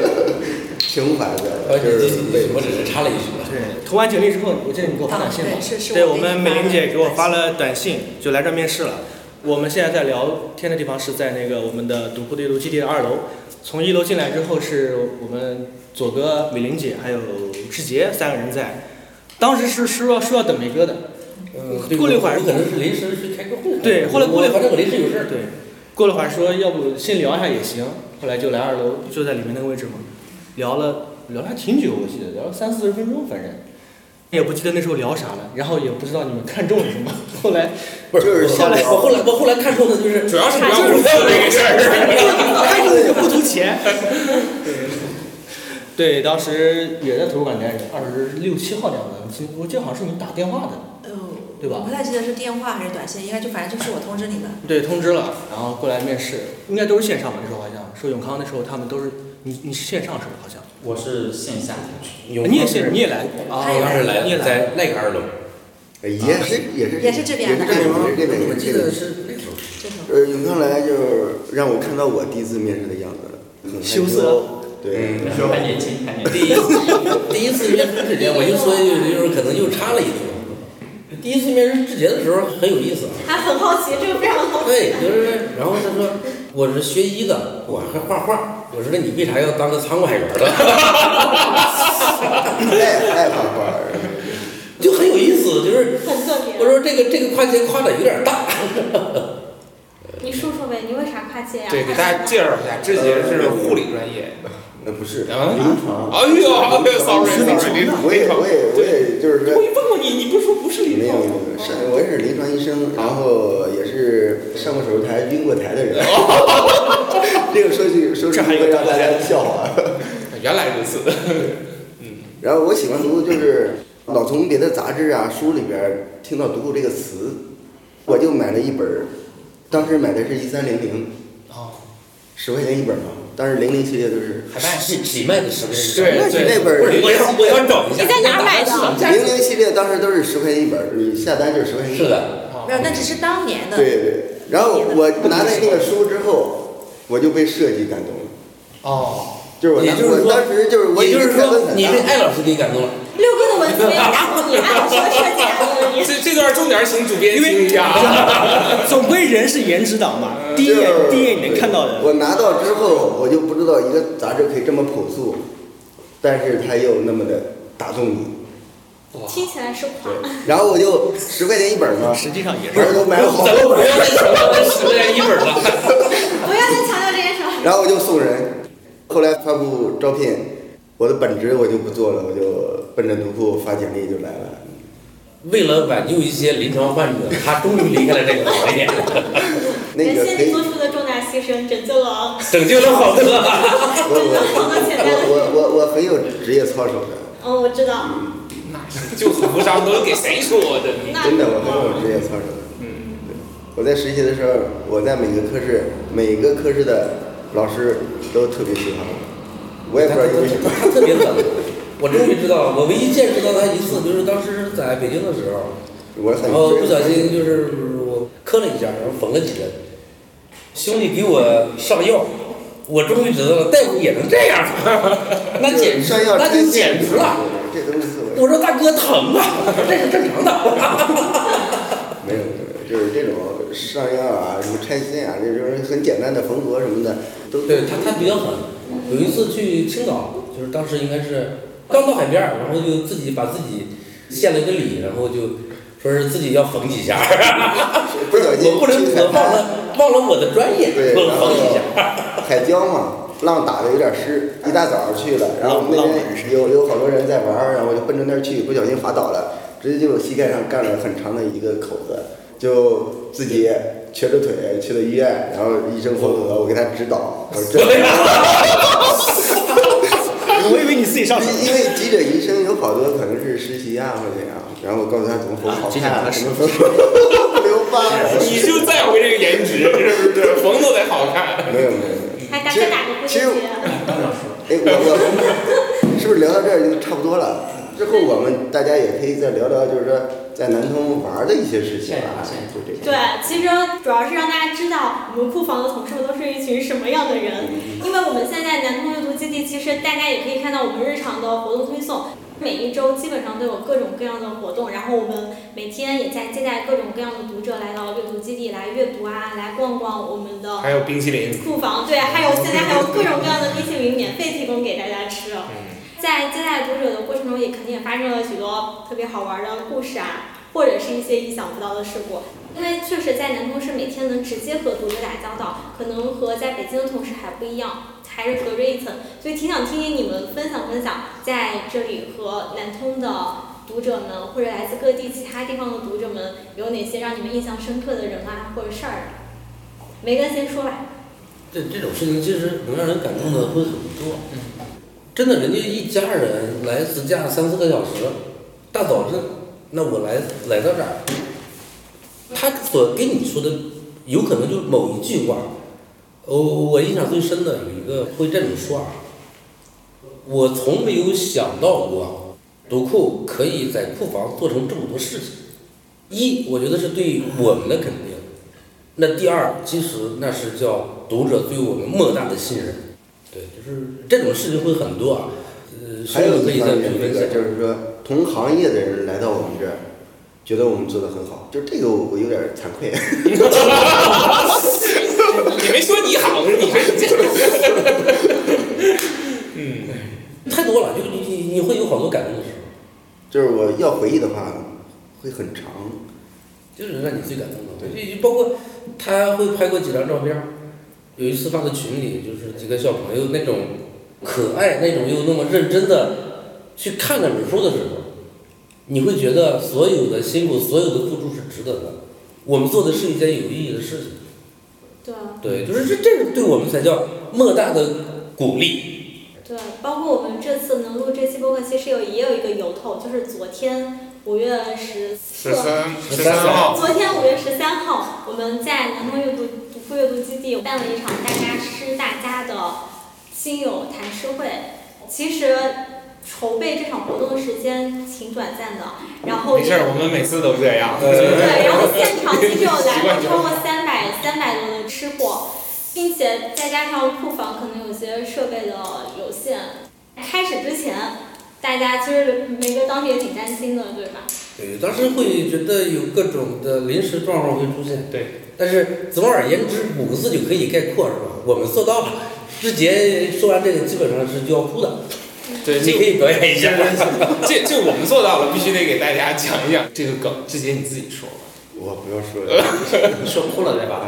[SPEAKER 4] [LAUGHS] 情怀的，就是为
[SPEAKER 3] 我只是插了一句啊。
[SPEAKER 7] 对，投完简历之后，我记得你给我发短信了
[SPEAKER 8] 啊对是是我
[SPEAKER 7] 对
[SPEAKER 8] 给
[SPEAKER 7] 我
[SPEAKER 8] 你
[SPEAKER 7] 们
[SPEAKER 8] 发
[SPEAKER 7] 美玲
[SPEAKER 8] 的
[SPEAKER 7] 姐给我
[SPEAKER 8] 短
[SPEAKER 7] 发了短信，就来这儿面试了。我们现在在聊天的地方是在那个我们的独库的读基地的二楼。从一楼进来之后，是我们左哥、美玲姐还有志杰三个人在。当时是是说说要等梅哥的，
[SPEAKER 3] 嗯，对
[SPEAKER 7] 过了一会儿
[SPEAKER 3] 我可能是临时去开个会。
[SPEAKER 7] 对后来过了一会儿
[SPEAKER 3] 反正我临时有事儿。
[SPEAKER 7] 对，过了会儿说要不先聊一下也行，后来就来二楼，就在里面那个位置嘛，聊了聊了还挺久，我记得聊了三四十分钟，反正也不记得那时候聊啥了，然后也不知道你们看中了什么， [LAUGHS] 后来
[SPEAKER 3] 不是，
[SPEAKER 4] 就是
[SPEAKER 3] 我后来
[SPEAKER 4] 瞎聊
[SPEAKER 3] 我
[SPEAKER 7] [LAUGHS]
[SPEAKER 3] 后来我后来看中的就是
[SPEAKER 5] 主要是不要工资这个事
[SPEAKER 3] [LAUGHS]
[SPEAKER 5] 儿。
[SPEAKER 7] 开始也不足钱。对，当时也在图书馆待着，二十六七号这样的，我记我记得好像是你打电话
[SPEAKER 8] 呃，
[SPEAKER 7] 的，对
[SPEAKER 8] 我
[SPEAKER 7] 吧
[SPEAKER 8] 不？太记得是电话还是短信，应该就反正就是我通知你们。
[SPEAKER 7] 对，通知了，然后过来面试，应该都是线上吧？那时候好像，说永康那时候他们都是你你是线上是吧？好像
[SPEAKER 11] 我是线下，
[SPEAKER 3] 永
[SPEAKER 7] 你也线你也来啊？
[SPEAKER 8] 他也
[SPEAKER 3] 当时来
[SPEAKER 7] 你也
[SPEAKER 3] 了，
[SPEAKER 7] 来。
[SPEAKER 3] 在那个二楼。
[SPEAKER 4] 哎也
[SPEAKER 3] 啊
[SPEAKER 4] 是也是
[SPEAKER 8] 也是这边的
[SPEAKER 4] 也是这边，也是这边，
[SPEAKER 3] 我
[SPEAKER 4] 也是
[SPEAKER 3] 记
[SPEAKER 4] 这
[SPEAKER 3] 得
[SPEAKER 4] 边。
[SPEAKER 3] 是那时候。
[SPEAKER 8] 这种
[SPEAKER 4] 呃，永康来就是让我看到我第一次面试的样子了，很害
[SPEAKER 7] 羞涩
[SPEAKER 4] 羞，对，
[SPEAKER 5] 哎
[SPEAKER 11] 还年轻，还年轻。
[SPEAKER 3] 第一次第一次面试之前，我就说就是就是可能又插了一句，第一次面试质检的时候很有意思啊。
[SPEAKER 2] 还很好奇，这个非常好奇。
[SPEAKER 3] 对，就是，然后他说我是学医的，我还画画。我说那你为啥要当个仓管员的？
[SPEAKER 4] [LAUGHS] 爱爱画画儿，
[SPEAKER 3] 就很有意思，就是
[SPEAKER 2] 很特别。
[SPEAKER 3] 我说这个这个跨界跨的有点大。
[SPEAKER 2] 你说说呗，你为啥跨界呀？
[SPEAKER 5] 对，给大家介绍一下，志杰是护理专业。
[SPEAKER 4] 呃那不是
[SPEAKER 5] 啊？
[SPEAKER 4] 临床。
[SPEAKER 5] 哎
[SPEAKER 4] [LAUGHS]
[SPEAKER 5] 呦哎呦，sorry
[SPEAKER 4] 是临
[SPEAKER 5] sorry，临床
[SPEAKER 4] 我也我也我也就是说。
[SPEAKER 5] 一问过你，你不是说不是哦
[SPEAKER 4] 没有没有，是我也是临床医生，然后也是上过手术台、晕过台的人。
[SPEAKER 5] [LAUGHS]
[SPEAKER 4] 这个说句说句会让大家笑话。
[SPEAKER 5] 原来如此。
[SPEAKER 4] 然后我喜欢读的就是老从别的杂志啊、书里边儿听到“独库”这个词，我就买了一本儿，当时买的是一三零零，
[SPEAKER 7] 啊
[SPEAKER 5] 哦，
[SPEAKER 4] 十块钱一本嘛，当时零零系列就是。
[SPEAKER 3] 还卖是几卖的什么？
[SPEAKER 5] 对对
[SPEAKER 4] 那本儿
[SPEAKER 3] 不是我要我要找一下。
[SPEAKER 2] 你在哪儿买的？
[SPEAKER 4] 零零系列当时都是十块钱一本儿，你下单就是十块钱一
[SPEAKER 3] 是
[SPEAKER 4] 本儿。
[SPEAKER 3] 的，
[SPEAKER 8] 没有，那只是当年的。
[SPEAKER 4] 对对，然后我拿了那个书之后，我就被设计感动了。
[SPEAKER 5] 哦，
[SPEAKER 4] 就是我
[SPEAKER 3] 也
[SPEAKER 4] 当
[SPEAKER 3] 就是
[SPEAKER 4] 我
[SPEAKER 3] 说
[SPEAKER 4] 当时就是我
[SPEAKER 3] 也就是
[SPEAKER 4] 已经开
[SPEAKER 3] 说
[SPEAKER 4] 门
[SPEAKER 3] 你被
[SPEAKER 4] 很大
[SPEAKER 3] 艾老师给感动了。
[SPEAKER 2] 六哥的文字没有打动你，啊按老师的设计打动了你。
[SPEAKER 5] 这这段重点请主编听一下。
[SPEAKER 4] [LAUGHS]
[SPEAKER 7] 总归人是颜值党嘛，第一
[SPEAKER 4] 就是
[SPEAKER 7] 眼第一眼你能看到的。
[SPEAKER 4] 我拿到之后，我就不知道一个杂志可以这么朴素，但是它又那么的打动你。
[SPEAKER 2] 听起来是垮。
[SPEAKER 4] 然后我就十块钱一本嘛，
[SPEAKER 7] 实际上也
[SPEAKER 4] 我
[SPEAKER 7] 是，
[SPEAKER 4] 就买了好
[SPEAKER 3] 咱们不
[SPEAKER 4] 多本，
[SPEAKER 3] 要再强调那十块钱一本
[SPEAKER 7] [LAUGHS]
[SPEAKER 3] 了。
[SPEAKER 2] 不要再强调这件事了。
[SPEAKER 4] 然后我就送人。后来发布招聘，我的本职我就不做了，我就奔着读库发简历就来了。
[SPEAKER 3] 为了挽救一些临床患者，他终于离开了这个行业， [LAUGHS]
[SPEAKER 4] 那
[SPEAKER 2] 人
[SPEAKER 4] 个
[SPEAKER 2] 心
[SPEAKER 4] 可
[SPEAKER 2] 里
[SPEAKER 4] 以
[SPEAKER 2] 做出的重大牺牲，拯救了
[SPEAKER 3] 拯救了好多。
[SPEAKER 4] 我我我我我我很有职业操守的，
[SPEAKER 2] 嗯，我知道。
[SPEAKER 5] 救死扶伤都给谁说的？你
[SPEAKER 2] 那
[SPEAKER 4] 真的我很有职业操守的。嗯，我在实习的时候，我在每个科室，每个科室的老师都特别喜欢我，我也不知道因为什么。
[SPEAKER 3] 他 [LAUGHS] 特别冷。我终于知道，我唯一见识到他一次，就是当时在北京的时候，
[SPEAKER 4] 我很
[SPEAKER 3] 然后不小心就是我磕了一下，然后缝了几针，兄弟给我上药，我终于知道了大夫也能这样， [LAUGHS] 那简直
[SPEAKER 4] 上药
[SPEAKER 3] 那就简直了。，
[SPEAKER 4] 这都是我
[SPEAKER 3] 我说大哥疼啊，这是正常的。 [LAUGHS]
[SPEAKER 4] 没有没有，就是这种上药啊，什么拆线啊，这种很简单的缝合什么的，都
[SPEAKER 3] 对他他比较狠，有一次去青岛，就是当时应该是刚到海边儿，然后就自己把自己献了个礼，然后就说是自己要缝几下。
[SPEAKER 4] 不小心
[SPEAKER 3] 我不能，
[SPEAKER 4] 去
[SPEAKER 3] 我
[SPEAKER 4] 海
[SPEAKER 3] 忘
[SPEAKER 4] 滩，
[SPEAKER 3] 了忘了我的专业，
[SPEAKER 4] 对，
[SPEAKER 3] 我
[SPEAKER 4] 然
[SPEAKER 3] 缝一下。
[SPEAKER 4] 后海礁嘛，浪打的有点湿，一大早上去了，然后我们那
[SPEAKER 7] 浪浪
[SPEAKER 4] 边有有好多人在玩儿，然后我就奔着那儿去，不小心滑倒了，直接就膝盖上干了很长的一个口子，就自己瘸着腿去了医院，然后医生缝合，我给他指导，我说
[SPEAKER 5] [LAUGHS]
[SPEAKER 4] 这 [LAUGHS]
[SPEAKER 7] 我以为你自己上手。
[SPEAKER 4] 因为急诊医生有好多可能是实习啊或者怎样，然后我告诉他怎么缝好啊看啊，怎么缝
[SPEAKER 5] [LAUGHS]
[SPEAKER 4] 留疤，
[SPEAKER 5] 你就在乎这个颜值，是不是？缝都得好看。
[SPEAKER 4] 没有没有没有。
[SPEAKER 2] 还大哥打个不
[SPEAKER 4] 其实
[SPEAKER 2] 进去。
[SPEAKER 4] 哎，我我是不是聊到这儿就差不多了？之后我们大家也可以再聊聊，就是说在南通玩的一些事情啊，就这些。
[SPEAKER 2] 对，其实主要是让大家知道我们库房的同事们都是一群什么样的
[SPEAKER 5] 嗯
[SPEAKER 2] 人，因为我们现在南通阅读基地，其实大家也可以看到我们日常的活动推送，每一周基本上都有各种各样的活动，然后我们每天也在接待各种各样的读者来到阅读基地来阅读啊，来逛逛我们的
[SPEAKER 5] 还有冰淇淋，
[SPEAKER 2] 库房，对，还有现在还有各种各样的冰淇淋免费提供给大家吃。哦在接待读者的过程中，也肯定也发生了许多特别好玩的故事啊，或者是一些意想不到的事故。因为确实在南通是每天能直接和读者打交道，可能和在北京的同事还不一样，还是隔着一层，所以挺想听听你们分享分享，在这里和南通的读者们，或者来自各地其他地方的读者们，有哪些让你们印象深刻的人啊，或者事儿？梅根先说吧。
[SPEAKER 3] 这这种事情其实能让人感动的会很多。真的，人家一家人来自驾三四个小时，大早晨，那我来来到这儿，他所跟你说的，有可能就是某一句话。我我印象最深的有一个会这么说啊，我从没有想到过，读库可以在库房做成这么多事情。一，我觉得是对我们的肯定。那第二，其实那是叫读者对我们莫大的信任。对，就是这种事情会很多啊。呃，
[SPEAKER 4] 还有
[SPEAKER 3] 所以可
[SPEAKER 4] 一
[SPEAKER 3] 以再
[SPEAKER 4] 方
[SPEAKER 3] 评
[SPEAKER 4] 面，这
[SPEAKER 3] 论一下
[SPEAKER 4] 个。就是说同行业的人来到我们这儿，觉得我们做的很好，就这个我我有点惭
[SPEAKER 5] [LAUGHS]
[SPEAKER 4] 愧。
[SPEAKER 5] 你没说你好，是你 [LAUGHS] 嗯
[SPEAKER 3] 太多了，就你你你会有好多感动的时候，
[SPEAKER 4] 就是我要回忆的话，会很长。
[SPEAKER 3] 就是让你最感动的。对，就包括他会拍过几张照片儿，有一次发到群里，就是几个小朋友那种可爱，那种又那么认真的去看那本书的时候，你会觉得所有的辛苦、所有的付出是值得的。我们做的是一件有意义的事情。
[SPEAKER 2] 对啊，
[SPEAKER 3] 对，就是这这个对我们才叫莫大的鼓励。
[SPEAKER 2] 对，啊包括我们这次能录这期播客，其实有也有一个由头，就是昨天五月十四昨天五月十三号，我们在南通阅读读库阅读基地办了一场大家师大家的亲友谈诗会。其实筹备这场活动的时间挺短暂的，然后
[SPEAKER 5] 没事儿，我们每次都这样。 [LAUGHS]
[SPEAKER 2] 对，然后现场其实有来了超过三百三百多的吃货，并且再加上库房可能有些设备的有限，开始之前大家其实梅哥当时也挺担心的，对吧？
[SPEAKER 3] 对，当时会觉得有各种的临时状况会出现。对，但是总而言之，五个字就可以概括，是吧？我们做到了。志杰说完这个，基本上是就要哭的。
[SPEAKER 5] 对，
[SPEAKER 3] 你可以表演一下。
[SPEAKER 5] [LAUGHS] 这这我们做到了，必须得给大家讲一讲这个梗。志杰你自己说吧。
[SPEAKER 4] 我不要说了，
[SPEAKER 5] 你 [LAUGHS] 说哭了再吧。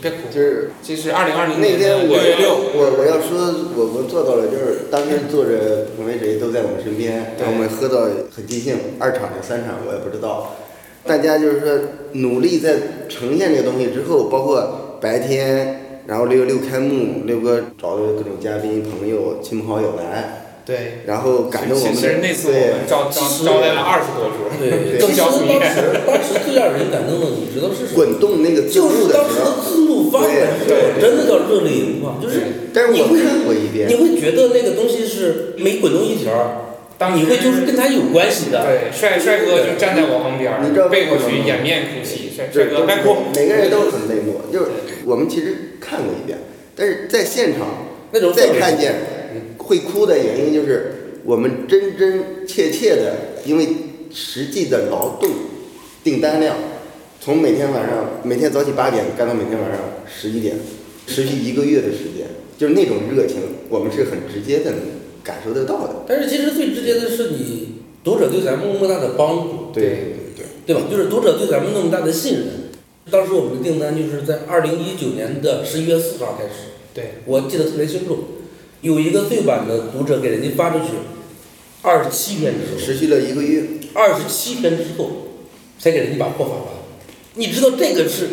[SPEAKER 5] 别哭。
[SPEAKER 4] 就是
[SPEAKER 5] 这是二零二零
[SPEAKER 4] 那天我
[SPEAKER 5] 六月六。
[SPEAKER 4] 我我要说我们做到了，就是当时坐着彭飞谁都在我们身边，然后我们喝到很尽兴，二场还是三场我也不知道。大家就是说努力在呈现这个东西之后，包括白天，然后六月六开幕，六哥找的各种嘉宾、朋友、亲朋好友来，
[SPEAKER 5] 对。
[SPEAKER 4] 然后感动我们的
[SPEAKER 5] 其实那次我
[SPEAKER 4] 对
[SPEAKER 5] 们招招招待了二十多桌，
[SPEAKER 3] 对，
[SPEAKER 5] 更
[SPEAKER 3] 当
[SPEAKER 5] 消
[SPEAKER 3] 时
[SPEAKER 5] 费。
[SPEAKER 3] 当时最让人感动的，你知道是什么？
[SPEAKER 4] 滚动那个字
[SPEAKER 3] 就是
[SPEAKER 4] 幕的
[SPEAKER 3] 当时
[SPEAKER 4] 时候
[SPEAKER 3] 的字幕发出来的时候，真的叫热泪盈眶，就是
[SPEAKER 4] 但是
[SPEAKER 3] 你
[SPEAKER 4] 我
[SPEAKER 3] 会
[SPEAKER 4] 看过一遍
[SPEAKER 3] 你会觉得那个东西是每滚动一条儿，
[SPEAKER 5] 当
[SPEAKER 3] 你会就是跟他有关系的。
[SPEAKER 5] 对，帅帅哥就站在我旁边
[SPEAKER 4] 你知道
[SPEAKER 5] 儿，背过去掩面哭泣。帅帅
[SPEAKER 4] 对，
[SPEAKER 5] 哥，别哭。
[SPEAKER 4] 每个
[SPEAKER 3] 嗯
[SPEAKER 4] 人都很泪目，就是我们其实看过一遍，但是在现场
[SPEAKER 3] 那种
[SPEAKER 4] 再
[SPEAKER 3] 氛围
[SPEAKER 4] 看见
[SPEAKER 3] 嗯
[SPEAKER 4] 会哭的原因就是我们真真切切的，因为实际的劳动订单量，从每天晚上每天早起八点干到每天晚上十一点，持续一个月的时间，就是那种热情，我们是很直接的感受得到的。
[SPEAKER 3] 但是其实最直接的是你读者对咱们莫大的帮助，
[SPEAKER 4] 对对
[SPEAKER 3] 对吧？就是读者对咱们那么大的信任。当时我们的订单就是在二零一九年的十一月四号开始，
[SPEAKER 5] 对
[SPEAKER 3] 我记得特别清楚，有一个最晚的读者给人家发出去二十七篇之后，
[SPEAKER 4] 持续了一个月，
[SPEAKER 3] 二十七篇之后才给人家把货发完。你知道这个是，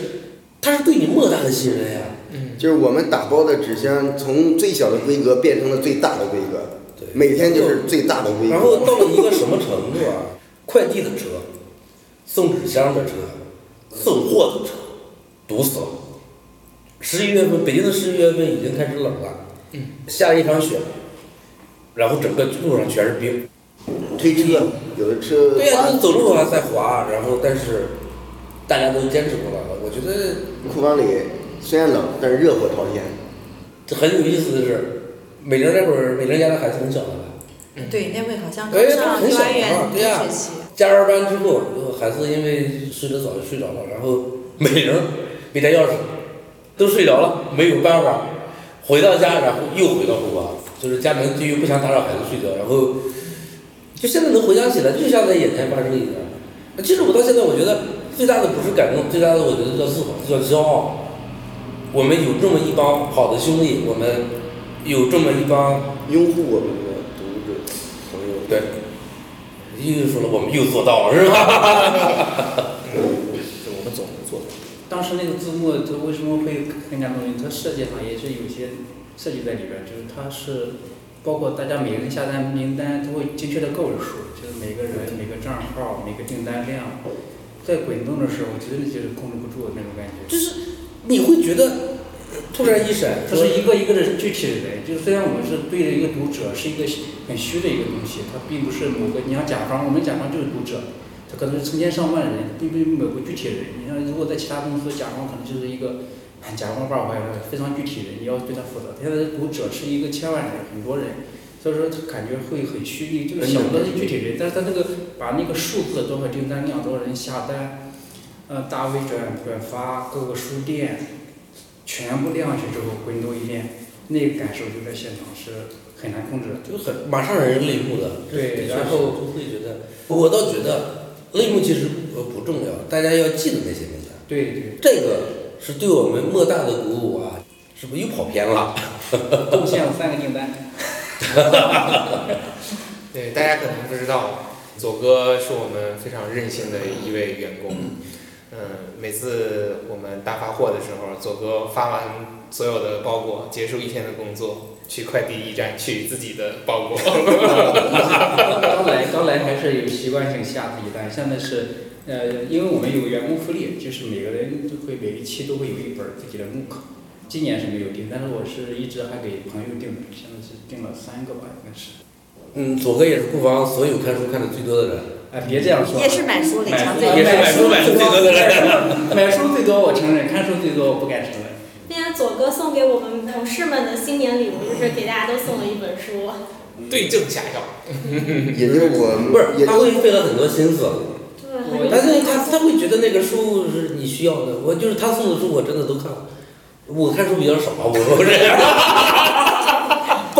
[SPEAKER 3] 他是对你莫大的信任呀。
[SPEAKER 4] 就是我们打包的纸箱从最小的规格变成了最大的规格，每天就是最大的规格。
[SPEAKER 3] 然后到了一个什么程度啊？快递的车、送纸箱的车、送货的车，堵死了。十一月份，北京的十一月份已经开始冷了，
[SPEAKER 5] 嗯，
[SPEAKER 3] 下了一场雪，然后整个路上全是冰。
[SPEAKER 4] 嗯推车，有的车
[SPEAKER 3] 对呀、
[SPEAKER 4] 滑
[SPEAKER 3] 就走路啊，在滑，然后但是大家都坚持过来了。我觉得
[SPEAKER 4] 库房里虽然冷，但是热火朝天。
[SPEAKER 3] 这很有意思的是，美玲那会儿，美玲家的孩子很小的吧？
[SPEAKER 8] 对，那会好像刚
[SPEAKER 3] 哎，他
[SPEAKER 8] 上幼
[SPEAKER 3] 很小
[SPEAKER 8] 儿园
[SPEAKER 3] 啊，
[SPEAKER 8] 第
[SPEAKER 3] 对
[SPEAKER 8] 一
[SPEAKER 3] 呀、
[SPEAKER 8] 学期，
[SPEAKER 3] 加班班之后，孩子因为睡得早就睡着了，然后美人儿没带钥匙，都睡着了，没有办法，回到家，然后又回到厨房，就是家门对于不想打扰孩子睡觉，然后就现在能回想起来，就像在眼前发生一样。那其实我到现在，我觉得最大的不是感动，最大的我觉得叫自豪，叫骄傲。我们有这么一帮好的兄弟，我们有这么一帮
[SPEAKER 4] 拥护我们的读者朋友，
[SPEAKER 3] 对，又说了我们又做到了，是吧？ [LAUGHS]
[SPEAKER 7] 就我们
[SPEAKER 5] [LAUGHS]
[SPEAKER 7] 总能做到。
[SPEAKER 10] 当时那个字幕，它为什么会很感动人？它设计上也是有些设计在里边儿，就是它是包括大家每个人下单名单，它会精确的个位数，就是每个人、每个账号、每个订单量，在滚动的时候，真的就是控制不住那种感觉。
[SPEAKER 3] 就是你会觉得突然一闪，
[SPEAKER 10] 它是一个一个的具体的人，就是虽然我们是对着一个读者，是一个很虚的一个东西，它并不是某个你像甲方，我们甲方就是读者，它可能是成千上万的人，并不是某个具体的人。你像如果在其他公司，甲方可能就是一个，哎甲方吧，我也非常具体的，你要对他负责。但是读者是一个千万人，很多人，所以所以说他感觉会很虚拟，就是想不到具体人，但是他那个把那个数字多少订单量、多少人下单，呃，大 V 转转发各个书店，全部亮去之后滚动一遍，那个感受就在现场是很难控制的，
[SPEAKER 3] 就很马上让人泪目了。[LAUGHS] 这
[SPEAKER 10] 对，然
[SPEAKER 3] 确实
[SPEAKER 10] 后
[SPEAKER 3] 就会觉得，我倒觉得泪目其实不不重要，大家要记得那些东西。
[SPEAKER 10] 对对，
[SPEAKER 3] 这个是对我们莫大的鼓舞啊！是不是又跑偏了？
[SPEAKER 10] 贡献了三个订单。
[SPEAKER 5] [LAUGHS] 对，大家可能不知道，左哥是我们非常任性的一位员工。嗯，每次我们大发货的时候，左哥发完所有的包裹，结束一天的工作，去快递驿站取自己的包裹。
[SPEAKER 10] 刚来刚来还是有习惯性下自己单，现在是呃，因为我们有员工福利，就是每个人都会每一期都会有一本儿自己的 MOOC。今年是没有订，但是我是一直还给朋友订的，现在是订了三个吧，应该是。
[SPEAKER 3] 嗯，左哥也是库房所有看书看的最多的人。
[SPEAKER 10] 哎，别这样说
[SPEAKER 8] 也是买书领
[SPEAKER 10] 买
[SPEAKER 8] 奖
[SPEAKER 10] 书
[SPEAKER 8] 最多，
[SPEAKER 3] 也是买书买书最多的人 [LAUGHS]
[SPEAKER 10] 买书最多我承认，看书最多我不敢承认。
[SPEAKER 2] 今天左哥送给我们同事们的新年礼物就是给大家都送了一本书。
[SPEAKER 5] 对症下药。
[SPEAKER 3] [LAUGHS]
[SPEAKER 4] 也就是我
[SPEAKER 3] 不是，他会费了很多心思，
[SPEAKER 2] 对
[SPEAKER 3] 但是他他会觉得那个书是你需要的。我就是他送的书，我真的都看了。我看书比较少，我不是
[SPEAKER 10] [LAUGHS]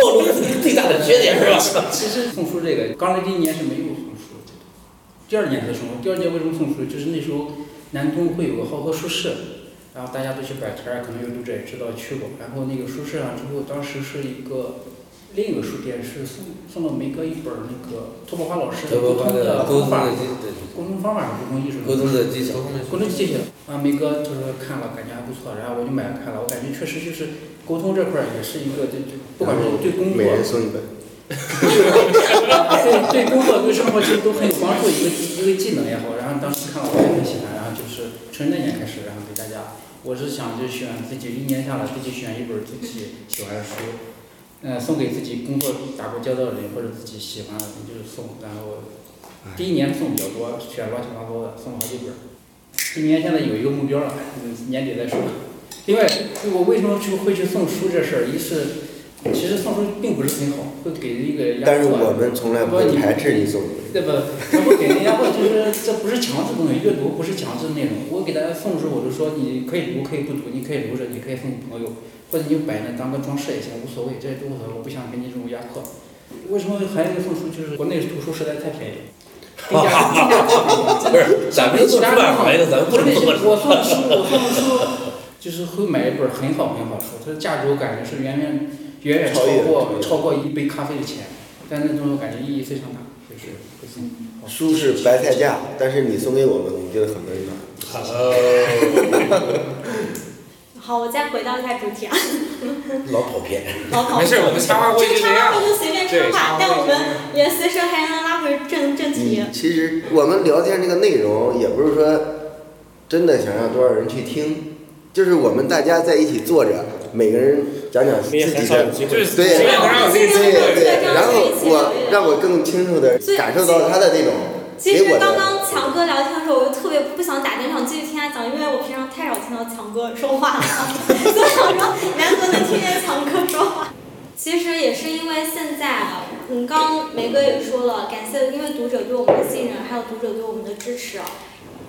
[SPEAKER 3] 暴 露了自己最大的缺点是吧？
[SPEAKER 10] [LAUGHS] 其实送书这个，刚来第一年是没有送书的，第二年才送书。第二年为什么送书？就是那时候南通会有个好和书社，然后大家都去摆摊儿，可能有读者也知道去过。然后那个书社上之后，当时是一个另一个书店是送送了梅哥一本儿那个托宝华老师的
[SPEAKER 3] 托
[SPEAKER 10] 沟
[SPEAKER 3] 宝华
[SPEAKER 10] 通
[SPEAKER 3] 的
[SPEAKER 10] 的
[SPEAKER 3] 沟通
[SPEAKER 10] 方法
[SPEAKER 3] 的技对，
[SPEAKER 10] 沟通方法是沟通艺术
[SPEAKER 3] 沟通的技巧
[SPEAKER 10] 沟通技巧。啊，梅哥他说看了，感觉还不错，然后我就买了看了，我感觉确实就是沟通这块儿也是一个对对，不管是对工作
[SPEAKER 4] 每人送一本。
[SPEAKER 10] 对对工作对生活其实都很有帮助，一个技一个技能也好。然后当时看了我也很喜欢，然后就是从那年开始，然后给大家，我是想就选自己一年下来自己选一本自己喜欢的书，呃，送给自己工作打过交道的人或者自己喜欢的人就是送，然后第一年送比较多，选乱七八糟的送了好几本。今年现在有一个目标了，嗯年底再说。另外，我为什么去会去送书这事儿？一是，其实送书并不是很好，会给人一个压迫。
[SPEAKER 4] 但是我们从来不会排斥你送。
[SPEAKER 10] 对不？他不给人家或就是这不是强制东西，阅读不是强制内容。我给大家送的时候，我就说你可以读，可以不读，你可以留着，你可以送朋友，或者你就摆那当个装饰也行，无所谓，这都无所谓，我不想给你这种压迫。为什么还有一个送书？就是国内图书实在太便宜了。定价定价太便
[SPEAKER 3] [LAUGHS] 不
[SPEAKER 10] 宜了，真的
[SPEAKER 3] 是咱们做出版行业的咱们不能这么说
[SPEAKER 10] 我送的书，我送的书就是会买一本很好很好的书，它的价值我感觉是远远远远超过超过一杯咖啡的钱，但那种感觉意义非常大，就是会送。
[SPEAKER 4] 书是白菜价，但是你送给我们，我们觉得很温暖。
[SPEAKER 2] 好，我再回到一下主题啊。 [LAUGHS]
[SPEAKER 3] 老跑偏。
[SPEAKER 2] 老跑偏没事我们
[SPEAKER 5] 插花会就这样
[SPEAKER 2] 插花会就随便插话，
[SPEAKER 5] 对
[SPEAKER 2] 但我们也随时还能拉回正正题。
[SPEAKER 4] 嗯其实我们聊天这个内容，也不是说真的想让多少人去听，就是我们大家在一起坐着，每个人讲讲自己的，
[SPEAKER 7] 很少有机会
[SPEAKER 4] 对
[SPEAKER 7] 就是尽量让自己自己
[SPEAKER 4] 对对，
[SPEAKER 2] 对
[SPEAKER 4] 然后我让我更清楚的感受到他的那种
[SPEAKER 2] 其
[SPEAKER 4] 给
[SPEAKER 2] 实
[SPEAKER 4] 我
[SPEAKER 2] 刚
[SPEAKER 4] 的。
[SPEAKER 2] 刚强哥聊天的时候，我就特别不想打电话继续听他讲，因为我平常太少听到强哥说话了， [LAUGHS] 所以我说难得能听见强哥说话。其实也是因为现在啊，嗯，刚梅哥也说了，感谢因为读者对我们的信任，还有读者对我们的支持啊，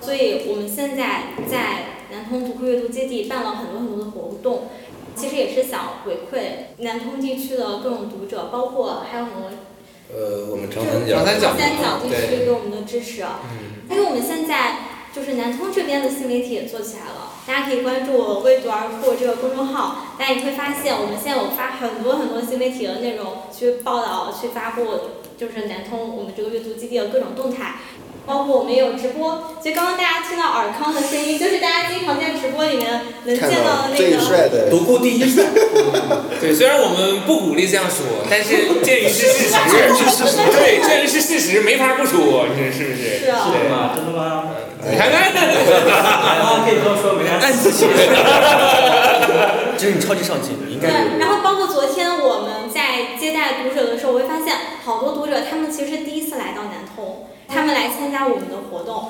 [SPEAKER 2] 所以我们现在在南通读库阅读基地办了很多很多的活动，其实也是想回馈南通地区的各种读者，包括还有很多
[SPEAKER 3] 呃，我们长三角，
[SPEAKER 2] 三角地区
[SPEAKER 3] 对，
[SPEAKER 2] 给我们的支持，啊
[SPEAKER 5] 嗯
[SPEAKER 2] 因为我们现在就是南通这边的新媒体也做起来了，大家可以关注我“为读而酷”这个公众号，大家也会发现我们现在有发很多很多新媒体的内容去报道、去发布，就是南通我们这个阅读基地的各种动态。包括我们也有直播，所以刚刚大家听到尔康的声音，就是大家经常在直播里面能见
[SPEAKER 4] 看
[SPEAKER 2] 到的
[SPEAKER 4] 到
[SPEAKER 2] 那
[SPEAKER 4] 最
[SPEAKER 2] 个
[SPEAKER 4] 帅的，
[SPEAKER 3] 独孤第一
[SPEAKER 4] [LAUGHS]
[SPEAKER 3] 帅，
[SPEAKER 5] 对，虽然我们不鼓励这样说，但是 [COUGHS] [LAUGHS] 鉴于是事实，对，鉴于是事实，没法不说，你说是不是？
[SPEAKER 2] 是啊
[SPEAKER 11] 是
[SPEAKER 5] 对，呃
[SPEAKER 11] 吗？真的吗？
[SPEAKER 7] 哎
[SPEAKER 5] 你看看，
[SPEAKER 11] 啊，可以多说没关
[SPEAKER 13] 暗自
[SPEAKER 11] 系。
[SPEAKER 13] 窃喜，就是你超级上进，你应该
[SPEAKER 2] 对，
[SPEAKER 13] 有。
[SPEAKER 2] 然后包括昨天我们在接待读者的时候，我会发现好多读者他们其实是第一次来到南通，他们来参加我们的活动。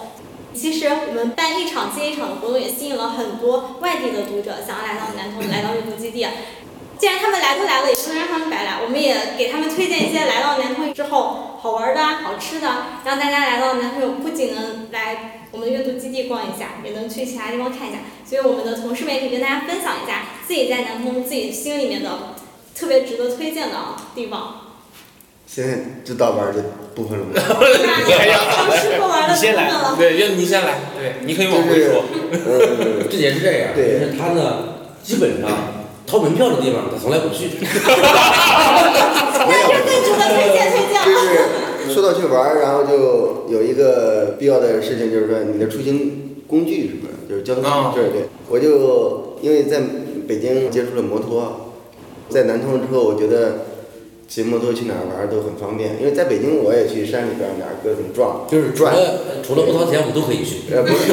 [SPEAKER 2] 其实我们办一场接一场的活动，也吸引了很多外地的读者想要来到南通，来到阅读基地。既然他们来都来了，也不能让他们白来，我们也给他们推荐一些来到南通之后好玩的、好吃的，让大家来到南通不仅能来我们的阅读基地逛一下，也能去其他地方看一下。所以我们的同事们也可以跟大家分享一下自己在南通自己心里面的特别值得推荐的地方。
[SPEAKER 4] 现在就到玩儿的部分了吗？
[SPEAKER 2] 你先来
[SPEAKER 5] 对，要嗯你先来，对，你可以往
[SPEAKER 3] [LAUGHS]
[SPEAKER 5] 回说。嗯
[SPEAKER 3] 呃，这也是这样，就是他呢，基本上掏门票的地方他从来不去。
[SPEAKER 2] 那就更值得推荐推荐了。
[SPEAKER 4] 说到去玩儿，然后就有一个必要的事情，就是说你的出行工具是不是？就是交通工具。对对，我就因为在北京接触了摩托，啊在南通之后，我觉得骑摩托去哪儿玩儿都很方便。因为在北京我也去山里边儿哪儿各种撞，
[SPEAKER 3] 就是
[SPEAKER 4] 转。
[SPEAKER 3] 除了不掏钱，我们都可以去。
[SPEAKER 4] 呃，不是，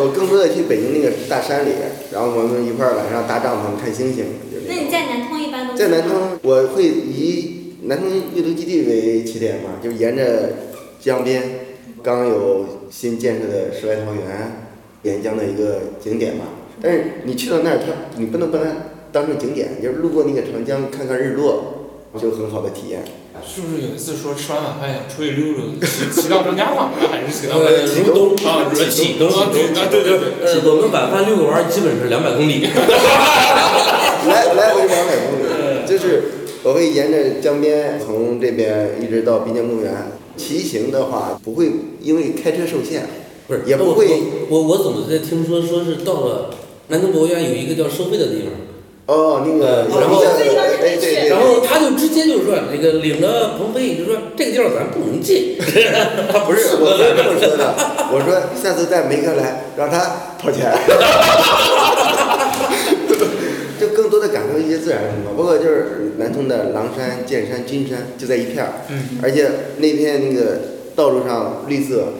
[SPEAKER 4] 我更多的去北京那个大山里，然后我们一块儿晚上搭帐篷看星星，就是。
[SPEAKER 2] 那你在南通一般都
[SPEAKER 4] 在南通，我会以南通阅读基地为起点嘛，就沿着江边，刚有新建设的世外桃源，沿江的一个景点嘛。但是你去到那儿，它你不能把它当成景点，就是路过那个长江，看看日落，就很好的体验。
[SPEAKER 5] 是不是有一次说吃完晚饭想出去溜溜，骑 [LAUGHS] 骑到张家坊了，还是骑到
[SPEAKER 3] 呃，
[SPEAKER 5] 济
[SPEAKER 3] 如东
[SPEAKER 5] 啊？
[SPEAKER 3] 济
[SPEAKER 5] 济
[SPEAKER 3] 东，
[SPEAKER 5] 啊，对啊，对对对，
[SPEAKER 3] 呃，我们晚饭遛个弯儿基本是两百公里。
[SPEAKER 4] 来来回两百公里，就是我会沿着江边从这边一直到滨江公园。骑行的话，不会因为开车受限，
[SPEAKER 3] 不是，
[SPEAKER 4] 也不会。
[SPEAKER 3] 我我我总是在听说，说是到了南通博物院有一个叫收费的地方。呃
[SPEAKER 4] 哦，那个
[SPEAKER 3] 然后
[SPEAKER 4] 有一个哎对对对
[SPEAKER 3] 然后他就直接就说那个领着鹏飞就说这个地方咱不能
[SPEAKER 4] [LAUGHS]
[SPEAKER 3] 进， [LAUGHS] 他
[SPEAKER 4] 不是我是这么说的，我说下次带梅哥来，让他掏钱。 [LAUGHS] 就更多的感受一些自然风光，包括就是南通的狼山、剑山、金山就在一片儿，
[SPEAKER 5] 嗯
[SPEAKER 4] 而且那片那个道路上绿色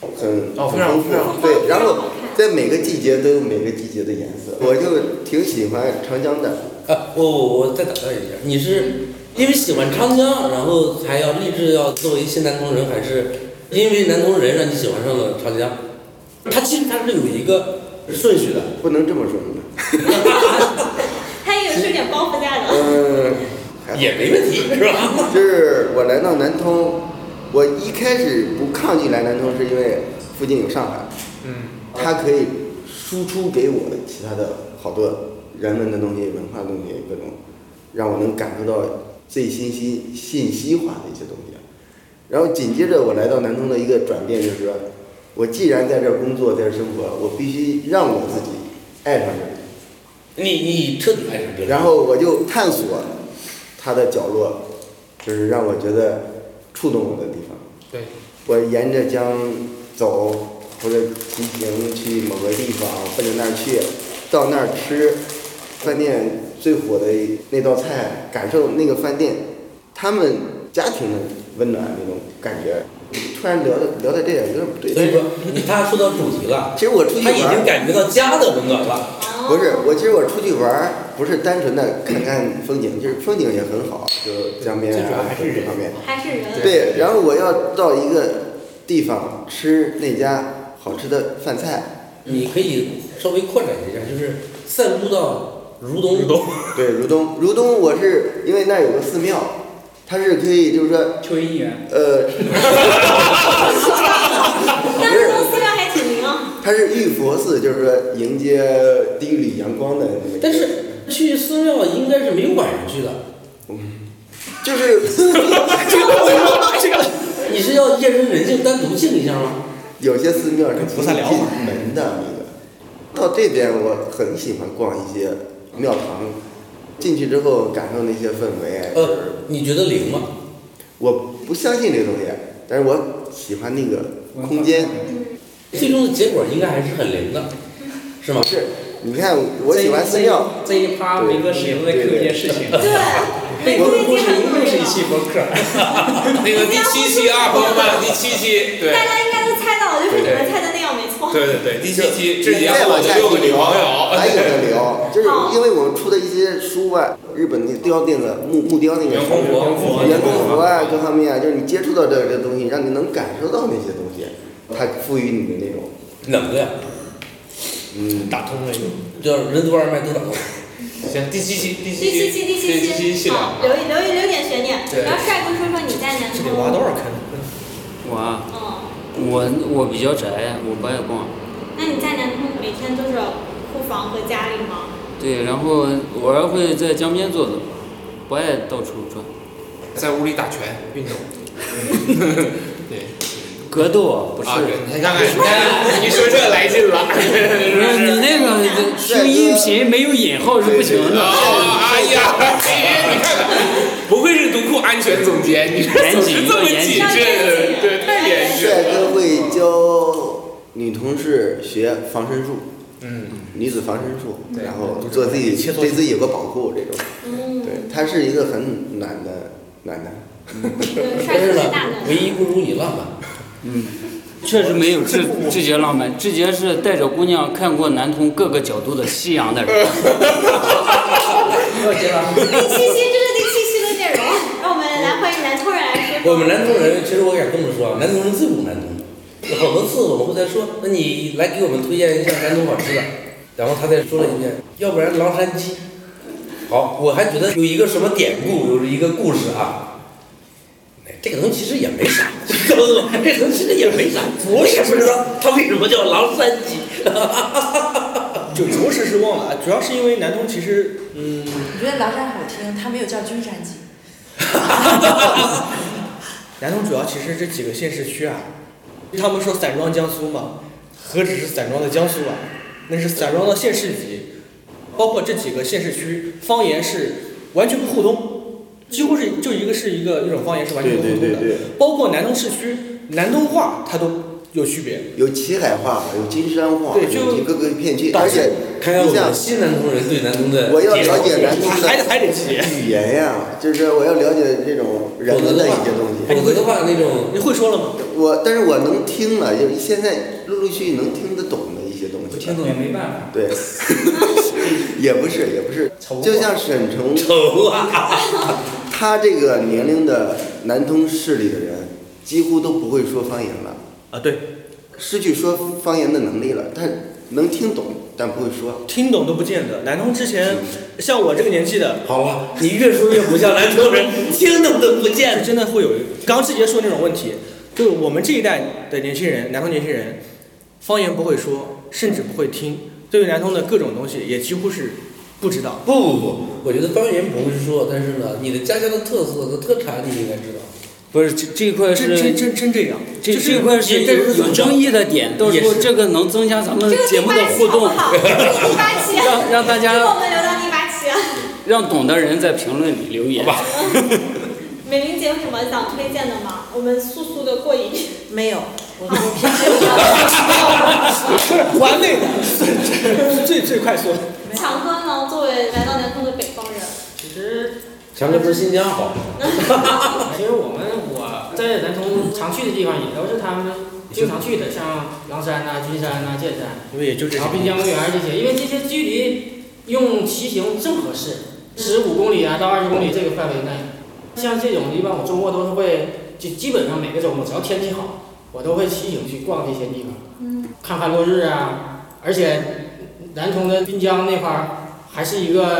[SPEAKER 4] 很
[SPEAKER 5] 哦非
[SPEAKER 4] 很
[SPEAKER 5] 常
[SPEAKER 4] 丰富
[SPEAKER 5] 非常，
[SPEAKER 4] 对，然后在每个季节都有每个季节的颜色，我就挺喜欢长江的。
[SPEAKER 3] 啊，我我我再打断一下， [LAUGHS] 你是因为喜欢长江，然后才要立志要作为新南通人，还是因为南通人让你喜欢上了长江？它其实它是有一个顺序的，
[SPEAKER 4] 不能这么说。
[SPEAKER 2] 他也是有点包袱在的。
[SPEAKER 4] 嗯，
[SPEAKER 3] 也没问题，是吧？
[SPEAKER 4] [LAUGHS] 就是我来到南通，我一开始不抗拒来南通，是因为附近有上海，
[SPEAKER 5] 嗯，
[SPEAKER 4] 它可以输出给我其他的好多人文的东西、文化的东西，各种让我能感受到最信息信息化的一些东西。啊然后紧接着我来到南通的一个转变就是说，我既然在这儿工作，在这儿生活，我必须让我自己爱上这里。
[SPEAKER 3] 你你彻底爱上这里，
[SPEAKER 4] 然后我就探索它的角落，就是让我觉得触动我的地方。
[SPEAKER 5] 对，
[SPEAKER 4] 我沿着江走，或者骑行去某个地方，奔着那儿去，到那儿吃饭店最火的那道菜，感受那个饭店他们家庭的温暖那种感觉。突然聊的聊到这个有点不对，
[SPEAKER 3] 所以说你他说到主题了，
[SPEAKER 4] 其实我出去
[SPEAKER 3] 他
[SPEAKER 4] 玩儿
[SPEAKER 3] 已经感觉到家的温暖了。
[SPEAKER 4] 不是，我其实我出去玩儿不是单纯的看看风景，就是风景也很好，就江边
[SPEAKER 3] 最主要
[SPEAKER 4] 啊，
[SPEAKER 3] 还是
[SPEAKER 4] 各
[SPEAKER 3] 人
[SPEAKER 4] 方面。
[SPEAKER 2] 还是人
[SPEAKER 4] 对，然后我要到一个地方吃那家好吃的饭菜，
[SPEAKER 3] 你可以稍微扩展一下，就是散步到如东。如东，
[SPEAKER 4] 对，如东，如东，我是因为那儿有个寺庙，它是可以就是说
[SPEAKER 10] 求姻缘，
[SPEAKER 4] 呃，
[SPEAKER 2] 但是公司量还挺灵啊。
[SPEAKER 4] 它是玉佛寺，就是说迎接第一缕阳光的那么一个。
[SPEAKER 3] [LAUGHS] 但是去寺庙应该是没有晚上去的。
[SPEAKER 4] 就是
[SPEAKER 3] 这
[SPEAKER 4] [LAUGHS]
[SPEAKER 3] 个，你是要夜深人静单独静一下吗？
[SPEAKER 4] 有些寺庙是
[SPEAKER 3] 菩萨聊
[SPEAKER 4] 进
[SPEAKER 3] 嘛
[SPEAKER 4] 门的那个。到这边我很喜欢逛一些庙堂，进去之后感受那些氛围。
[SPEAKER 3] 呃，你觉得灵吗？
[SPEAKER 4] 我不相信这个东西，但是我喜欢那个空间。
[SPEAKER 3] 最终的结果应该还是很灵的，是吗？
[SPEAKER 4] 是，你看我喜欢寺庙。
[SPEAKER 10] 这一这一趴梅哥始终在 Q 这件事情。
[SPEAKER 2] 对，
[SPEAKER 10] 背后的故事又是一期博客。
[SPEAKER 5] 啊那个第七期啊，朋友们，第七期，对
[SPEAKER 2] 大家应该都猜到了，就是你们猜的那样，没错。
[SPEAKER 5] 对对对，第七期，这也
[SPEAKER 4] 再
[SPEAKER 5] 我
[SPEAKER 4] 往
[SPEAKER 5] 的
[SPEAKER 4] 下
[SPEAKER 5] 六个女朋友，
[SPEAKER 4] 还有的
[SPEAKER 5] [LAUGHS]
[SPEAKER 4] 聊，就是因为我出的一些书啊，日本那个雕那个木木雕那个
[SPEAKER 5] 员工服
[SPEAKER 4] 员工服啊，各方面啊，就是你接触到这这东西，让你能感受到那些东西，它赋予你的那种
[SPEAKER 3] 冷的呀，
[SPEAKER 4] 嗯
[SPEAKER 7] 打通了又。
[SPEAKER 3] 叫人多二脉都打通。
[SPEAKER 5] 行，第七期，第
[SPEAKER 2] 第七期，第七
[SPEAKER 5] 第七期
[SPEAKER 2] 期，
[SPEAKER 5] 了
[SPEAKER 2] 好，留一留一留点悬念。
[SPEAKER 5] 对
[SPEAKER 2] 然后帅哥说说你在南
[SPEAKER 7] 这
[SPEAKER 2] 通
[SPEAKER 7] 得挖多少坑？
[SPEAKER 6] 我啊，
[SPEAKER 2] 嗯
[SPEAKER 6] 我我比较宅，啊我不爱逛。
[SPEAKER 2] 那你在南通每天都是库房和家里吗？
[SPEAKER 6] 对，然后偶尔会在江边坐坐，不爱到处转。
[SPEAKER 5] 在屋里打拳运动。对，
[SPEAKER 6] 格斗啊，不是。
[SPEAKER 5] 啊，对你看看，你看，你说这来劲了。
[SPEAKER 6] 不是你那个用音频没有引号是不行啊的。
[SPEAKER 5] 哦，哎呀，你看看，不愧是独库安全总监，你这总是这么谨慎，对，太严
[SPEAKER 4] 帅
[SPEAKER 5] 谨了。
[SPEAKER 4] 哥会教女同事学防身术，
[SPEAKER 5] 嗯，
[SPEAKER 4] 女子防身术，
[SPEAKER 5] 对
[SPEAKER 4] 然后做自己
[SPEAKER 5] 切磋
[SPEAKER 4] 对自己有个保护这种。
[SPEAKER 2] 嗯，
[SPEAKER 4] 对，他是一个很暖的暖男。
[SPEAKER 2] 帅哥是大男人。
[SPEAKER 3] 一不如你浪漫。
[SPEAKER 6] 嗯，确实没有志志杰浪漫，志杰是带着姑娘看过南通各个角度的夕阳的人。
[SPEAKER 2] 第七期，这是第七期的内容。让我们来欢迎南通人来说。
[SPEAKER 3] 我们南通人，其实我敢这么说啊，南通人最懂南通。有好多次我们会在说，那你来给我们推荐一下南通好吃的，然后他再说了一遍，要不然狼山鸡。好，我还觉得有一个什么典故，有一个故事啊。哎这个东西其实也没啥，告诉我这
[SPEAKER 7] [LAUGHS]
[SPEAKER 3] 个东西其实也没啥，我也不知道
[SPEAKER 7] 哎
[SPEAKER 3] 它为什么叫狼山鸡。
[SPEAKER 7] 就着实是忘了，主要是因为南通其实，嗯，
[SPEAKER 8] 我觉得狼山好听，它没有叫军山鸡。
[SPEAKER 7] 南通主要其实这几个县市区啊，他们说散装江苏嘛，何止是散装的江苏啊，那是散装的县市级，包括这几个县市区方言是完全不互通，几乎是就一个是一个一种方言是完全不互通的，
[SPEAKER 4] 对对对对
[SPEAKER 7] 包括南通市区南通话它都有区别，
[SPEAKER 4] 有齐海话，有金山话，
[SPEAKER 7] 对
[SPEAKER 4] 有
[SPEAKER 7] 就
[SPEAKER 4] 各个片区，
[SPEAKER 3] 但
[SPEAKER 4] 而
[SPEAKER 3] 是
[SPEAKER 4] 且
[SPEAKER 3] 看看我
[SPEAKER 4] 你想
[SPEAKER 3] 们，新南通人对南通的，
[SPEAKER 4] 我要了解南通
[SPEAKER 7] 还得
[SPEAKER 4] 的
[SPEAKER 7] 还得记，
[SPEAKER 4] 语言呀， [LAUGHS] 就是我要了解这种人
[SPEAKER 3] 否则
[SPEAKER 4] 文
[SPEAKER 3] 的
[SPEAKER 4] 的一
[SPEAKER 3] 话
[SPEAKER 4] 些东，
[SPEAKER 3] 否
[SPEAKER 4] 西。
[SPEAKER 3] 则的话那种
[SPEAKER 7] 你会说了吗？
[SPEAKER 4] 我，但是我能听了，就是现在陆陆续续能听得懂的一些东西。
[SPEAKER 10] 听懂也没办
[SPEAKER 7] 啊
[SPEAKER 10] 法。
[SPEAKER 4] 对， [LAUGHS] 也不是，也不是，就像沈城，
[SPEAKER 3] 丑啊，
[SPEAKER 4] [LAUGHS] 他这个年龄的南通市里的人，几乎都不会说方言了，
[SPEAKER 7] 啊，对，
[SPEAKER 4] 失去说方言的能力了。他能听懂，但不会说。
[SPEAKER 7] 听懂都不见得。南通之前像我这个年纪的，
[SPEAKER 3] 好了，你越说越不像南通人，听懂都不见
[SPEAKER 7] 但真的会有，刚刚志杰说那种问题，就是我们这一代的年轻人，南通年轻人，方言不会说，甚至不会听，对于南通的各种东西也几乎是不知道。
[SPEAKER 3] 不不不，我觉得方言不会说，但是呢，你的家乡的特色和特产你应该知道。
[SPEAKER 6] 不是这这一块
[SPEAKER 7] 真真
[SPEAKER 6] 是
[SPEAKER 7] 真真这样，
[SPEAKER 6] 这
[SPEAKER 7] 就是
[SPEAKER 6] 这块是
[SPEAKER 3] 也就是
[SPEAKER 6] 有有争议的点，到时
[SPEAKER 3] 也
[SPEAKER 6] 候
[SPEAKER 3] 是
[SPEAKER 6] 这个能增加咱们
[SPEAKER 2] 这个
[SPEAKER 6] 节
[SPEAKER 2] 第
[SPEAKER 6] 目
[SPEAKER 2] 八
[SPEAKER 6] 的
[SPEAKER 2] 期
[SPEAKER 6] 互
[SPEAKER 2] 好不
[SPEAKER 6] 动，
[SPEAKER 2] 好？这个第八期，
[SPEAKER 6] 让让大
[SPEAKER 2] 给我
[SPEAKER 6] 家
[SPEAKER 2] 们留到第八期。
[SPEAKER 6] 让懂的人在评论里留言。
[SPEAKER 2] 美玲姐有什么想推荐的吗？我们速速的过瘾。
[SPEAKER 8] 没有，我我平时
[SPEAKER 7] 完美的，最最快速。
[SPEAKER 2] 强哥呢，作为来到南通的北方人，
[SPEAKER 9] 其实
[SPEAKER 3] 强哥说新疆好，
[SPEAKER 9] [LAUGHS] 其实我们我在南通常去的地方也都是他们经常去的，像狼山呐、君山呐、剑山，
[SPEAKER 7] 因为也就这些
[SPEAKER 9] 然后，滨江公园这些，因为这些距离用骑行正合适，十五公里啊到二十公里这个范围内。像这种一般我周末都是会，就基本上每个周末只要天气好，我都会骑行去逛这些地方，
[SPEAKER 2] 嗯，
[SPEAKER 9] 看看落日啊。而且南通的滨江那块儿还是一个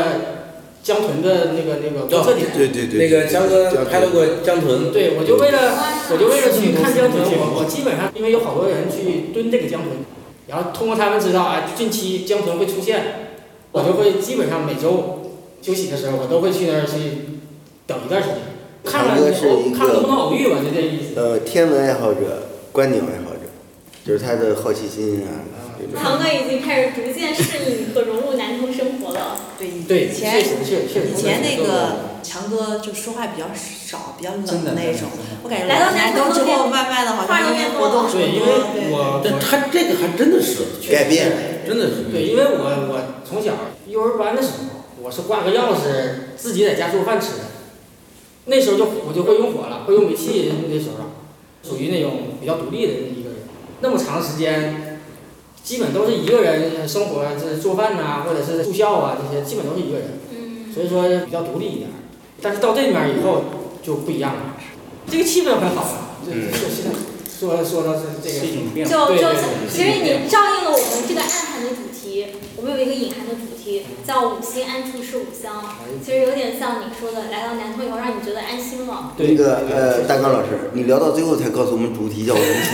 [SPEAKER 9] 江豚的那个那个观测点，
[SPEAKER 4] 对对
[SPEAKER 3] 那个强哥拍到过江豚，
[SPEAKER 9] 对我就为了。我就为了去看江豚，我我基本上因为有好多人去蹲这个江豚，然后通过他们知道啊，近期江豚会出现，我就会基本上每周休息的时候，我都会去那儿去等一段时间，看看
[SPEAKER 4] 强哥是一个
[SPEAKER 9] 看能不能偶遇吧，就这意思。
[SPEAKER 4] 呃，天文爱好者、观鸟爱好者，就是他的好奇心啊，这种
[SPEAKER 2] 强哥已经开始逐渐适应和融入南通生活了。
[SPEAKER 8] 对
[SPEAKER 9] 对，
[SPEAKER 8] 以
[SPEAKER 9] 确
[SPEAKER 8] 前
[SPEAKER 9] 实确确实
[SPEAKER 8] 以前那个强哥就说话比较少，比较冷的那种。我感觉
[SPEAKER 2] 来到
[SPEAKER 8] 南
[SPEAKER 2] 南
[SPEAKER 8] 通
[SPEAKER 2] 通
[SPEAKER 8] 之
[SPEAKER 2] 变
[SPEAKER 8] 后，慢慢的好
[SPEAKER 2] 话
[SPEAKER 8] 像
[SPEAKER 2] 就
[SPEAKER 8] 因为
[SPEAKER 2] 变多
[SPEAKER 8] 活动
[SPEAKER 2] 了
[SPEAKER 8] 什么
[SPEAKER 9] 对，因为
[SPEAKER 8] 多对
[SPEAKER 9] 我
[SPEAKER 3] 但他这个还真的是，
[SPEAKER 4] 改变。
[SPEAKER 3] 真的是。
[SPEAKER 9] 对，因为我我从小幼儿班的时候，我是挂个钥匙自己在家做饭吃的，那时候就我就会用火了，会用煤气那时候，属于那种比较独立的一个人。那么长时间，基本都是一个人生活，就是做饭呐、或者是住校啊这些，基本都是一个人，
[SPEAKER 2] 嗯，
[SPEAKER 9] 所以说比较独立一点儿。但是到这边以后就不一样了，这个气氛很好了，这
[SPEAKER 5] 嗯
[SPEAKER 9] 这现在说说到这这个
[SPEAKER 10] 是一种
[SPEAKER 2] 就
[SPEAKER 9] 对
[SPEAKER 2] 就
[SPEAKER 9] 对对
[SPEAKER 2] 其实你照应了我们这个暗含的主题，我们有一个隐含的主题叫“五星安处是吾乡”，其实有点像你说的，来到南通以后让你觉得安心了。
[SPEAKER 4] 那个呃，大刚老师，你聊到最后才告诉我们主题叫无题，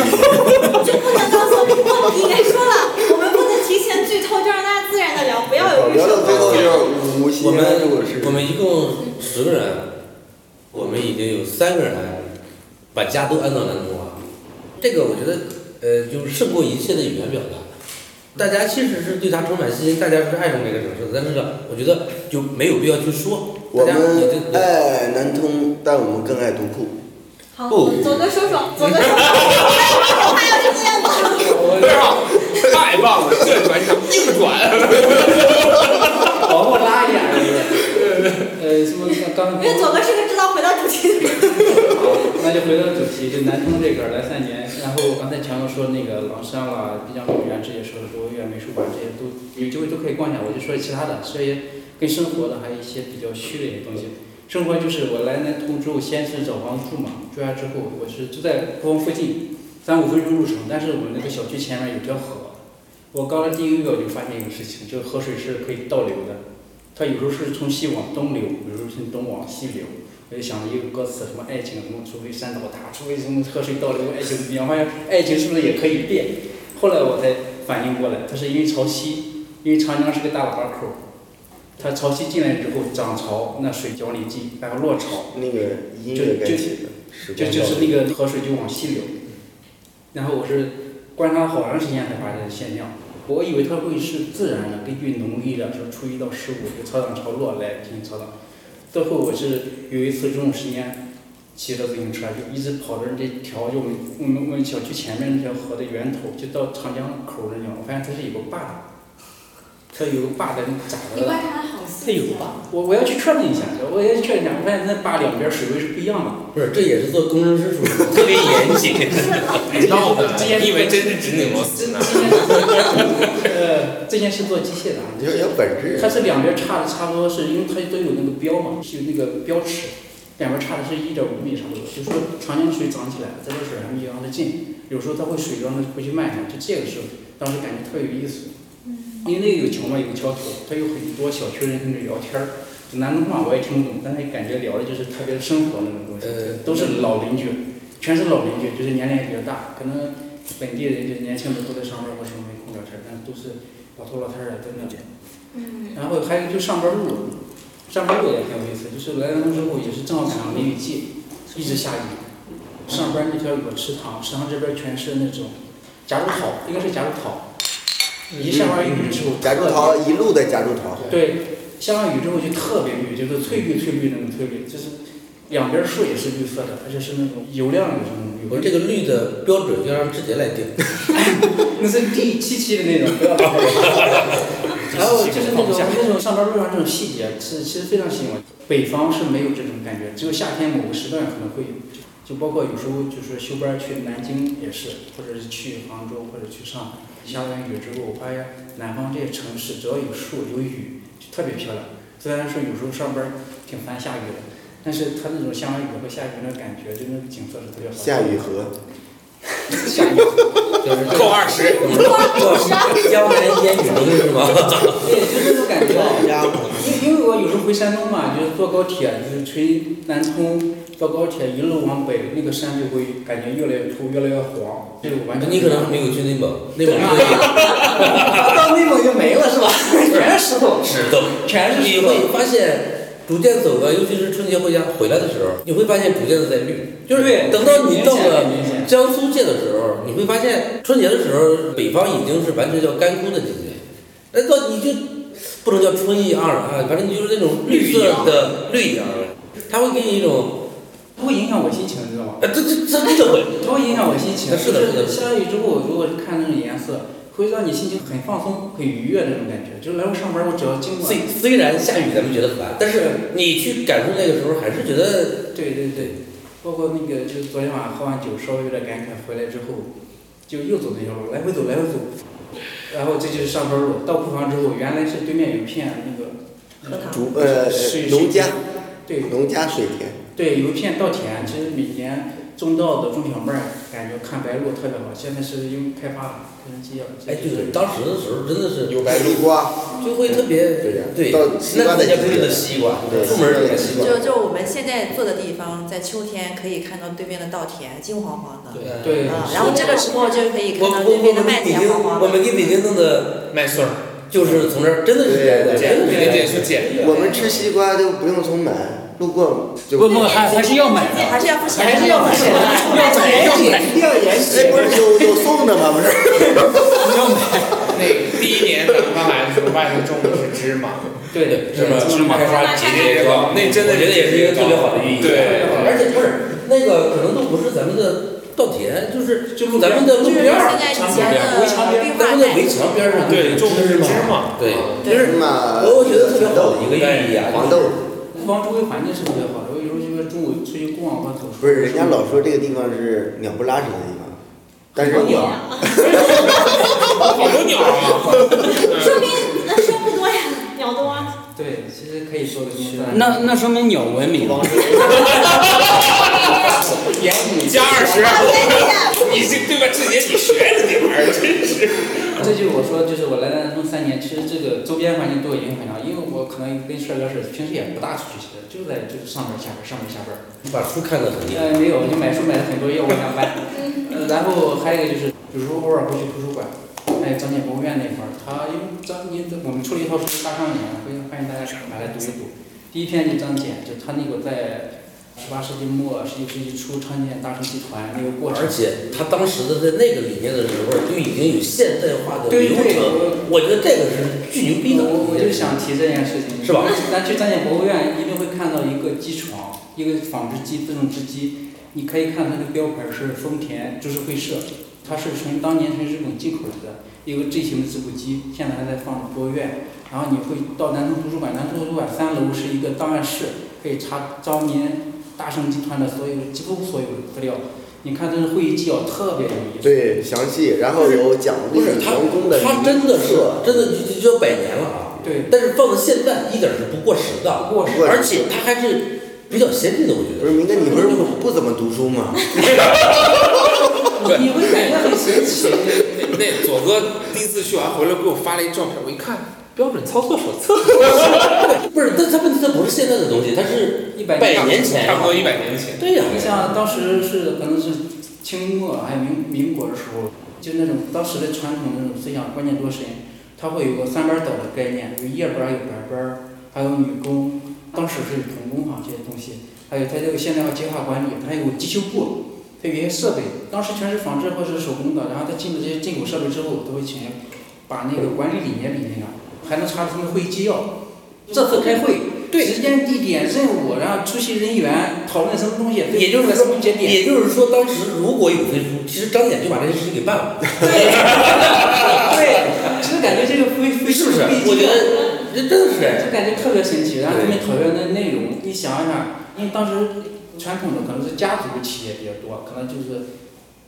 [SPEAKER 2] 就不能告诉我，你该说了，我们不能提前剧透，就让大家自然的聊，不要有预
[SPEAKER 4] [LAUGHS] 聊
[SPEAKER 2] 设
[SPEAKER 4] 到最后
[SPEAKER 2] 框架。
[SPEAKER 4] 就是无心
[SPEAKER 3] 我们
[SPEAKER 4] 安处是
[SPEAKER 3] 我们一共十个人，我们已经有三个人把家都安到南通了。这个我觉得，呃，就是胜过一切的语言表达。大家其实是对它充满信心，大家是爱上这个城市的，但是呢，我觉得就没有必要去说。
[SPEAKER 4] 我
[SPEAKER 3] 大家有这
[SPEAKER 4] 们爱哎南通，但我们更爱独库。
[SPEAKER 2] 好，
[SPEAKER 4] 不
[SPEAKER 2] 左哥说说，左哥
[SPEAKER 9] [LAUGHS]
[SPEAKER 2] 说说，还有这样吗？
[SPEAKER 5] 太棒了，这转场硬
[SPEAKER 10] [LAUGHS]
[SPEAKER 5] 转，
[SPEAKER 10] 往后拉一点儿，呃，是不是刚刚
[SPEAKER 2] 因为左哥是个知道回到主题的人。
[SPEAKER 10] 那就回到主题，就南通这块儿来三年，然后刚才强哥说那个啊狼山啦、滨江公园这些，说是文苑美术馆这些都有机会都可以逛一下。我就说其他的，说一些跟生活的，还有一些比较虚的一些东西。生活就是我来南通之后，先是找房子住嘛，住下之后，我是住在故宫附近，三五分钟路程，但是我们那个小区前面有条河，我刚来第一个月我就发现一个事情，就是河水是可以倒流的，它有时候是从西往东流，有时候是东往西流。我就想了一个歌词，什么爱情什么，除非山倒塌，除非什么河水倒流，爱情不一样。发现爱情是不是也可以变？后来我才反应过来，它是因为潮汐，因为长江是个大喇叭口，它潮汐进来之后涨潮，那水往里进，然后落潮，
[SPEAKER 4] 那个音
[SPEAKER 10] 就
[SPEAKER 4] 乐该
[SPEAKER 10] 就
[SPEAKER 4] 起的，
[SPEAKER 10] 就就是那个河水就往西流。然后我是观察好长时间才发现现象，我以为它会是自然的，根据农历的，说初一到十五这个草长潮落来进行草长。最后我是有一次中午时间骑着自行车就一直跑到这条就我们我们我们小区前面那条河的源头，就到长江口那地方，我发现它是有个坝的，它有个坝的咋的？
[SPEAKER 2] 你观察得好细啊
[SPEAKER 10] 它有个坝，我我要去确认一下，我要去确认一下，我发现那坝两边水位是不一样的。
[SPEAKER 3] 不是，这也是做工程师属的，特别严谨。
[SPEAKER 5] 闹的，你以为真是指拧螺丝呢？
[SPEAKER 10] [LAUGHS] 呃，这件事做机械的啊，
[SPEAKER 4] 有有本质
[SPEAKER 10] 它是两边差的差不多是，因为它都有那个标嘛，是有那个标尺，两边差的是一点五米差不多。就是说长江水涨起来了，在这水还没有让它进，有时候它会水让它回去漫上，就这个时候，当时感觉特别有意思。因为那个有桥嘛，有个桥头，它有很多小区人跟那聊天儿，就南通话我也听不懂，但是感觉聊的就是特别生活那种东西，都是老邻居，全是老邻居，就是年龄也比较大，可能本地人就是年轻人都在上班或什么没空聊天儿，但是都是老头老太太在那边。
[SPEAKER 2] 嗯
[SPEAKER 10] 然后还有就上班路，上班路也很有意思，就是来南通之后也是正好赶上梅雨季，一直下雨。上班那条有个池塘，池塘这边全是那种夹竹桃，应该是夹竹桃。
[SPEAKER 3] 嗯
[SPEAKER 10] 一下完雨之后，
[SPEAKER 4] 夹竹桃一路的夹竹桃。
[SPEAKER 10] 对，下完雨之后就特别绿，就是翠绿翠绿那种翠绿，就是两边树也是绿色的，它就是那种油亮的那种绿。
[SPEAKER 3] 我这个绿的标准就让志杰来
[SPEAKER 4] [LAUGHS]
[SPEAKER 3] 定。
[SPEAKER 10] 那是第
[SPEAKER 3] [LAUGHS]
[SPEAKER 10] 七期的那种，不要打扰我然后就是那种那种上班路上这种细节是其实非常吸引我。北方是没有这种感觉，只有夏天某个时段可能会有，就包括有时候就是休班去南京也是，或者是去杭州或者去上海，下完雨之后，我发现南方这些城市只要有树有雨就特别漂亮。虽然说有时候上班挺烦下雨的，但是它那种下完雨和下雨那感觉，就那个景色是特别好的。
[SPEAKER 4] 夏雨荷，
[SPEAKER 10] [LAUGHS] 下雨，
[SPEAKER 3] 就是
[SPEAKER 5] [LAUGHS] 扣二十， [LAUGHS]
[SPEAKER 3] 江南烟雨中是吗？
[SPEAKER 10] 对，就是那种感觉。因因为我有时候回山东嘛，就是坐高铁，就是从南通坐高铁一路往北，那个山就会感觉越来越秃，越来越黄，这个完全。
[SPEAKER 3] 你可能还没有去内蒙，内 [LAUGHS] 蒙可
[SPEAKER 10] 以。到内蒙就没了是吧？ [LAUGHS] 全是石头。
[SPEAKER 3] 石头，
[SPEAKER 10] 全是
[SPEAKER 3] 你
[SPEAKER 10] 石头
[SPEAKER 3] 会发现，逐渐走了，尤其是春节回家回来的时候，你会发现逐渐的在绿。就是
[SPEAKER 10] 对
[SPEAKER 3] 等到你到了
[SPEAKER 10] 很明显
[SPEAKER 3] 江苏界的时候，你会发现春节的时候，北方已经是完全叫干枯的季节，那到你就不能叫春意盎然啊，反正你就是那种绿色的绿意盎然，它会给你一种，
[SPEAKER 10] 它会影响我心情，知道吗？
[SPEAKER 3] 呃这这这这会，
[SPEAKER 10] 它会影响我心情。
[SPEAKER 3] 是的，是的，
[SPEAKER 10] 下了雨之后，如果是看那种颜色，会让你心情很放松、很愉悦那种感觉。就是来我上班，我只要经过。
[SPEAKER 3] 虽虽然下雨咱们觉得烦，但是你去感受那个时候，还是觉得
[SPEAKER 10] 对对对，包括那个就是昨天晚上喝完酒，稍微有点感慨，回来之后就又走那条路，来回走来回走，然后这就是上班路。到库房之后，原来是对面有一片那个
[SPEAKER 4] 竹呃
[SPEAKER 10] 水
[SPEAKER 4] 农家，
[SPEAKER 10] 对
[SPEAKER 4] 农家水田，
[SPEAKER 10] 对有一片稻田，其实每年中道的中小麦感觉看白鹭特别好，现在是因为开发跟机要。
[SPEAKER 3] 哎，对，当时的时候真的是
[SPEAKER 5] 有白
[SPEAKER 4] 地瓜，
[SPEAKER 3] 就会特别
[SPEAKER 4] 对呀
[SPEAKER 3] 对
[SPEAKER 4] 到西瓜
[SPEAKER 3] 那
[SPEAKER 4] 的
[SPEAKER 3] 人家
[SPEAKER 4] 季
[SPEAKER 3] 不是
[SPEAKER 4] 节
[SPEAKER 3] 个西瓜，
[SPEAKER 4] 对
[SPEAKER 3] 出门儿就买西瓜。
[SPEAKER 8] 就就我们现在坐的地方，在秋天可以看到对面的稻田金黄黄的，
[SPEAKER 3] 对
[SPEAKER 8] 啊，然后这个时候就可以
[SPEAKER 3] 我
[SPEAKER 8] 看到对
[SPEAKER 3] 我我
[SPEAKER 8] 面的
[SPEAKER 3] 们
[SPEAKER 8] 麦
[SPEAKER 3] 给北
[SPEAKER 8] 田
[SPEAKER 3] 京，
[SPEAKER 8] 黄黄
[SPEAKER 3] 我
[SPEAKER 8] 的。
[SPEAKER 3] 们给北京弄的
[SPEAKER 5] 麦穗儿，
[SPEAKER 3] 就是从这儿真的是
[SPEAKER 4] 对对
[SPEAKER 3] 真的
[SPEAKER 5] 对
[SPEAKER 3] 是
[SPEAKER 5] 对对去捡
[SPEAKER 4] 我们吃西瓜都不用从买，路过就
[SPEAKER 10] 不不还还是要买的
[SPEAKER 8] 还是要付钱，
[SPEAKER 10] 还是要付钱
[SPEAKER 8] 要
[SPEAKER 10] 要买
[SPEAKER 8] 钱
[SPEAKER 10] 要买
[SPEAKER 4] 一定要严谨，哎不是有有送的吗？不是。
[SPEAKER 5] 那第一年咱们刚来的时候，外头种的是芝麻，
[SPEAKER 10] 对对，
[SPEAKER 3] 是吗？
[SPEAKER 10] 芝麻
[SPEAKER 3] 开发节节高，
[SPEAKER 5] 那真的
[SPEAKER 3] 我觉得也是一个特别好的寓意。
[SPEAKER 5] 对
[SPEAKER 3] 而且不是那个可能都不是咱们的稻田，就是就咱们的路
[SPEAKER 8] 就是
[SPEAKER 3] 边儿
[SPEAKER 8] 现，在以
[SPEAKER 3] 咱
[SPEAKER 8] 前的
[SPEAKER 10] 围墙边
[SPEAKER 8] 绿化
[SPEAKER 3] 们的围
[SPEAKER 8] 带，
[SPEAKER 3] 墙边儿上
[SPEAKER 5] 对，种的是芝
[SPEAKER 10] 嗯
[SPEAKER 5] 麻，
[SPEAKER 3] 对，
[SPEAKER 8] 对
[SPEAKER 3] 就是
[SPEAKER 4] 嘛，
[SPEAKER 3] 我我觉得特别好的一个寓意啊，
[SPEAKER 4] 黄豆
[SPEAKER 10] 库房周围环境是特别好，尤尤其是中午出去逛逛走。
[SPEAKER 4] 不是，人家老说这个地方是鸟不拉屎的地方，但是
[SPEAKER 3] 啊
[SPEAKER 5] 好多鸟啊！
[SPEAKER 2] [LAUGHS] 说明
[SPEAKER 5] [LAUGHS]
[SPEAKER 2] 那说不多呀，鸟多啊。
[SPEAKER 10] 对，其实可以做个啊区分。
[SPEAKER 6] 那那说明鸟文明。
[SPEAKER 10] 言语
[SPEAKER 5] 加二十，你这对吧？志杰，你学着点玩意儿，真是。
[SPEAKER 10] 这就是我说，就是我来南充三年，其实这个周边环境对我影响很大，因为我可能跟帅哥似的，平时也不大出去，其实就在就是上班下班，上班下班。
[SPEAKER 3] 把书看得很厉害。
[SPEAKER 10] 呃，没有，就买书买了很多，要我想买。呃然后还有一个就是，比如说偶尔会去图书馆，还有张建博物院那块儿，他因为张您我们出了一套书《大上年》，非常欢迎大家买来读一读。第一篇就张謇，就他那个在十八世纪末、十九世纪初创建大成集团那个过程
[SPEAKER 3] 而。且他当时的在那个理念的时候，就已经有现代化的
[SPEAKER 10] 对
[SPEAKER 3] 流
[SPEAKER 10] 对
[SPEAKER 3] 程，我觉得这个是巨牛逼的。
[SPEAKER 10] 我我就想提这件事情，
[SPEAKER 3] 是吧？
[SPEAKER 10] 咱去张建博物院一定会看到一个机床，一个纺织机、自动织机，你可以看它的标牌是丰田株式会社，它是从当年从日本进口来的，一个 G 型的织布机，现在还在放博物院。然后你会到南充图书馆，南充图书馆三楼是一个档案室，可以查当年大盛集团的所有几乎所有的资料。你看这个会议纪要特别有
[SPEAKER 4] [LAUGHS]
[SPEAKER 10] 意思。
[SPEAKER 4] 对详细，然后有讲
[SPEAKER 3] 不
[SPEAKER 4] 历
[SPEAKER 3] 是
[SPEAKER 4] 史
[SPEAKER 3] 他
[SPEAKER 4] 王宫的，
[SPEAKER 3] 他真的是真的就就就要百年了啊！
[SPEAKER 10] 对
[SPEAKER 3] 但是放到现在一点儿是不过时的，
[SPEAKER 10] 不过时
[SPEAKER 3] 而且他还是比较先进的，
[SPEAKER 10] [LAUGHS]
[SPEAKER 3] 我觉得。
[SPEAKER 4] 不是明哥，你不是不不怎么读书吗？
[SPEAKER 10] 你会感觉很神奇。
[SPEAKER 5] 那左哥第一次去完回来给我发了一照片，我一看，标准操作手册，
[SPEAKER 3] 不是，但他问题他不是现在的东西，他是
[SPEAKER 10] 一百年
[SPEAKER 3] 百年前
[SPEAKER 5] 差不多一百年前。
[SPEAKER 3] 对呀、
[SPEAKER 10] 你像当时是可能是清末还有民民国的时候，就那种当时的传统那种思想观念多深，它会有个三班倒的概念，有夜班儿有白班儿，还有女工，当时是童工哈这些东西，还有它这个现代化计划管理，它有机修部，它有一些设备，当时全是仿制或者是手工的，然后它进了这些进口设备之后，都会请人把那个管理理念理念啊，还能查出他们会议纪要。这次开会，对时间、地点、任务，然后出席人员讨论什么东西，
[SPEAKER 3] 也就是
[SPEAKER 10] 在
[SPEAKER 3] 说
[SPEAKER 10] 什么节点。
[SPEAKER 3] 也就是说，当时如果有飞书，其实张姐就把这件事情给办 [LAUGHS] 了，
[SPEAKER 10] 对，其实感觉这个非非
[SPEAKER 3] 是不是？
[SPEAKER 10] 非
[SPEAKER 3] 我觉得这真的是哎，
[SPEAKER 10] 就感觉特别神奇。然后他们讨论的内容，你想一想，因为当时传统的可能是家族企业比较多，可能就是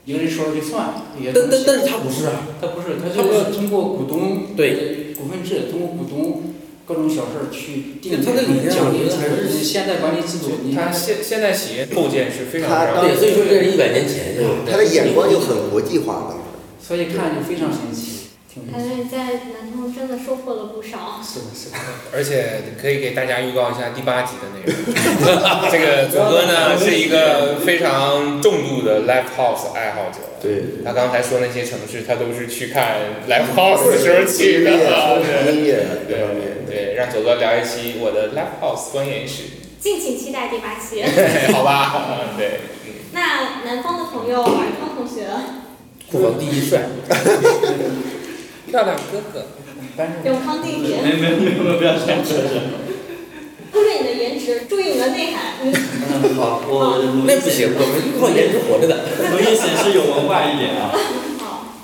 [SPEAKER 10] 一个人说了就算。也
[SPEAKER 3] 但但但是他不是啊，
[SPEAKER 10] 他不是，他
[SPEAKER 3] 他不
[SPEAKER 10] 就是通过股东
[SPEAKER 3] 对
[SPEAKER 10] 股份制，通过股东各种小事儿去定
[SPEAKER 3] 他的理念
[SPEAKER 10] 奖
[SPEAKER 3] 我觉
[SPEAKER 10] 励
[SPEAKER 3] 得
[SPEAKER 10] 制
[SPEAKER 3] 还是
[SPEAKER 10] 度、现代管理制度。你
[SPEAKER 5] 他
[SPEAKER 10] 看，
[SPEAKER 5] 现现代企业构建是非常
[SPEAKER 4] 他
[SPEAKER 5] 非常
[SPEAKER 4] 当
[SPEAKER 3] 对，所以说这是一百年前就
[SPEAKER 4] 他的眼光就很国际化了。
[SPEAKER 10] 所以看就非常神奇，挺有意
[SPEAKER 2] 感
[SPEAKER 10] 思
[SPEAKER 2] 觉你在南通真的收获了不少。
[SPEAKER 10] 是的，是的。
[SPEAKER 5] 而且可以给大家预告一下第八集的内容。这个左哥呢是一个非常重度的 live house 爱好者。
[SPEAKER 4] 对，
[SPEAKER 5] 他刚才说那些城市，他都是去看 live house 的时候去
[SPEAKER 4] 音
[SPEAKER 5] 的。
[SPEAKER 4] 乐、音乐这
[SPEAKER 5] 对
[SPEAKER 4] 方面，
[SPEAKER 5] 对，让左哥聊一期我的 live house 观演史，
[SPEAKER 2] 敬请期待第八
[SPEAKER 5] [LAUGHS]
[SPEAKER 2] 期。
[SPEAKER 5] 好吧？嗯，对。
[SPEAKER 2] 那南方的朋友，尔康同学
[SPEAKER 3] 库房第一帅，
[SPEAKER 5] [LAUGHS] 漂亮哥哥，
[SPEAKER 2] 永康弟弟，
[SPEAKER 11] 没没没没，不要这样，不要这样。
[SPEAKER 2] 注意你的颜值，注意你的内涵。嗯
[SPEAKER 11] 好，我努力
[SPEAKER 3] 那不行，我们靠颜值活着的。
[SPEAKER 11] 努力显示有文化一点啊。
[SPEAKER 2] 好，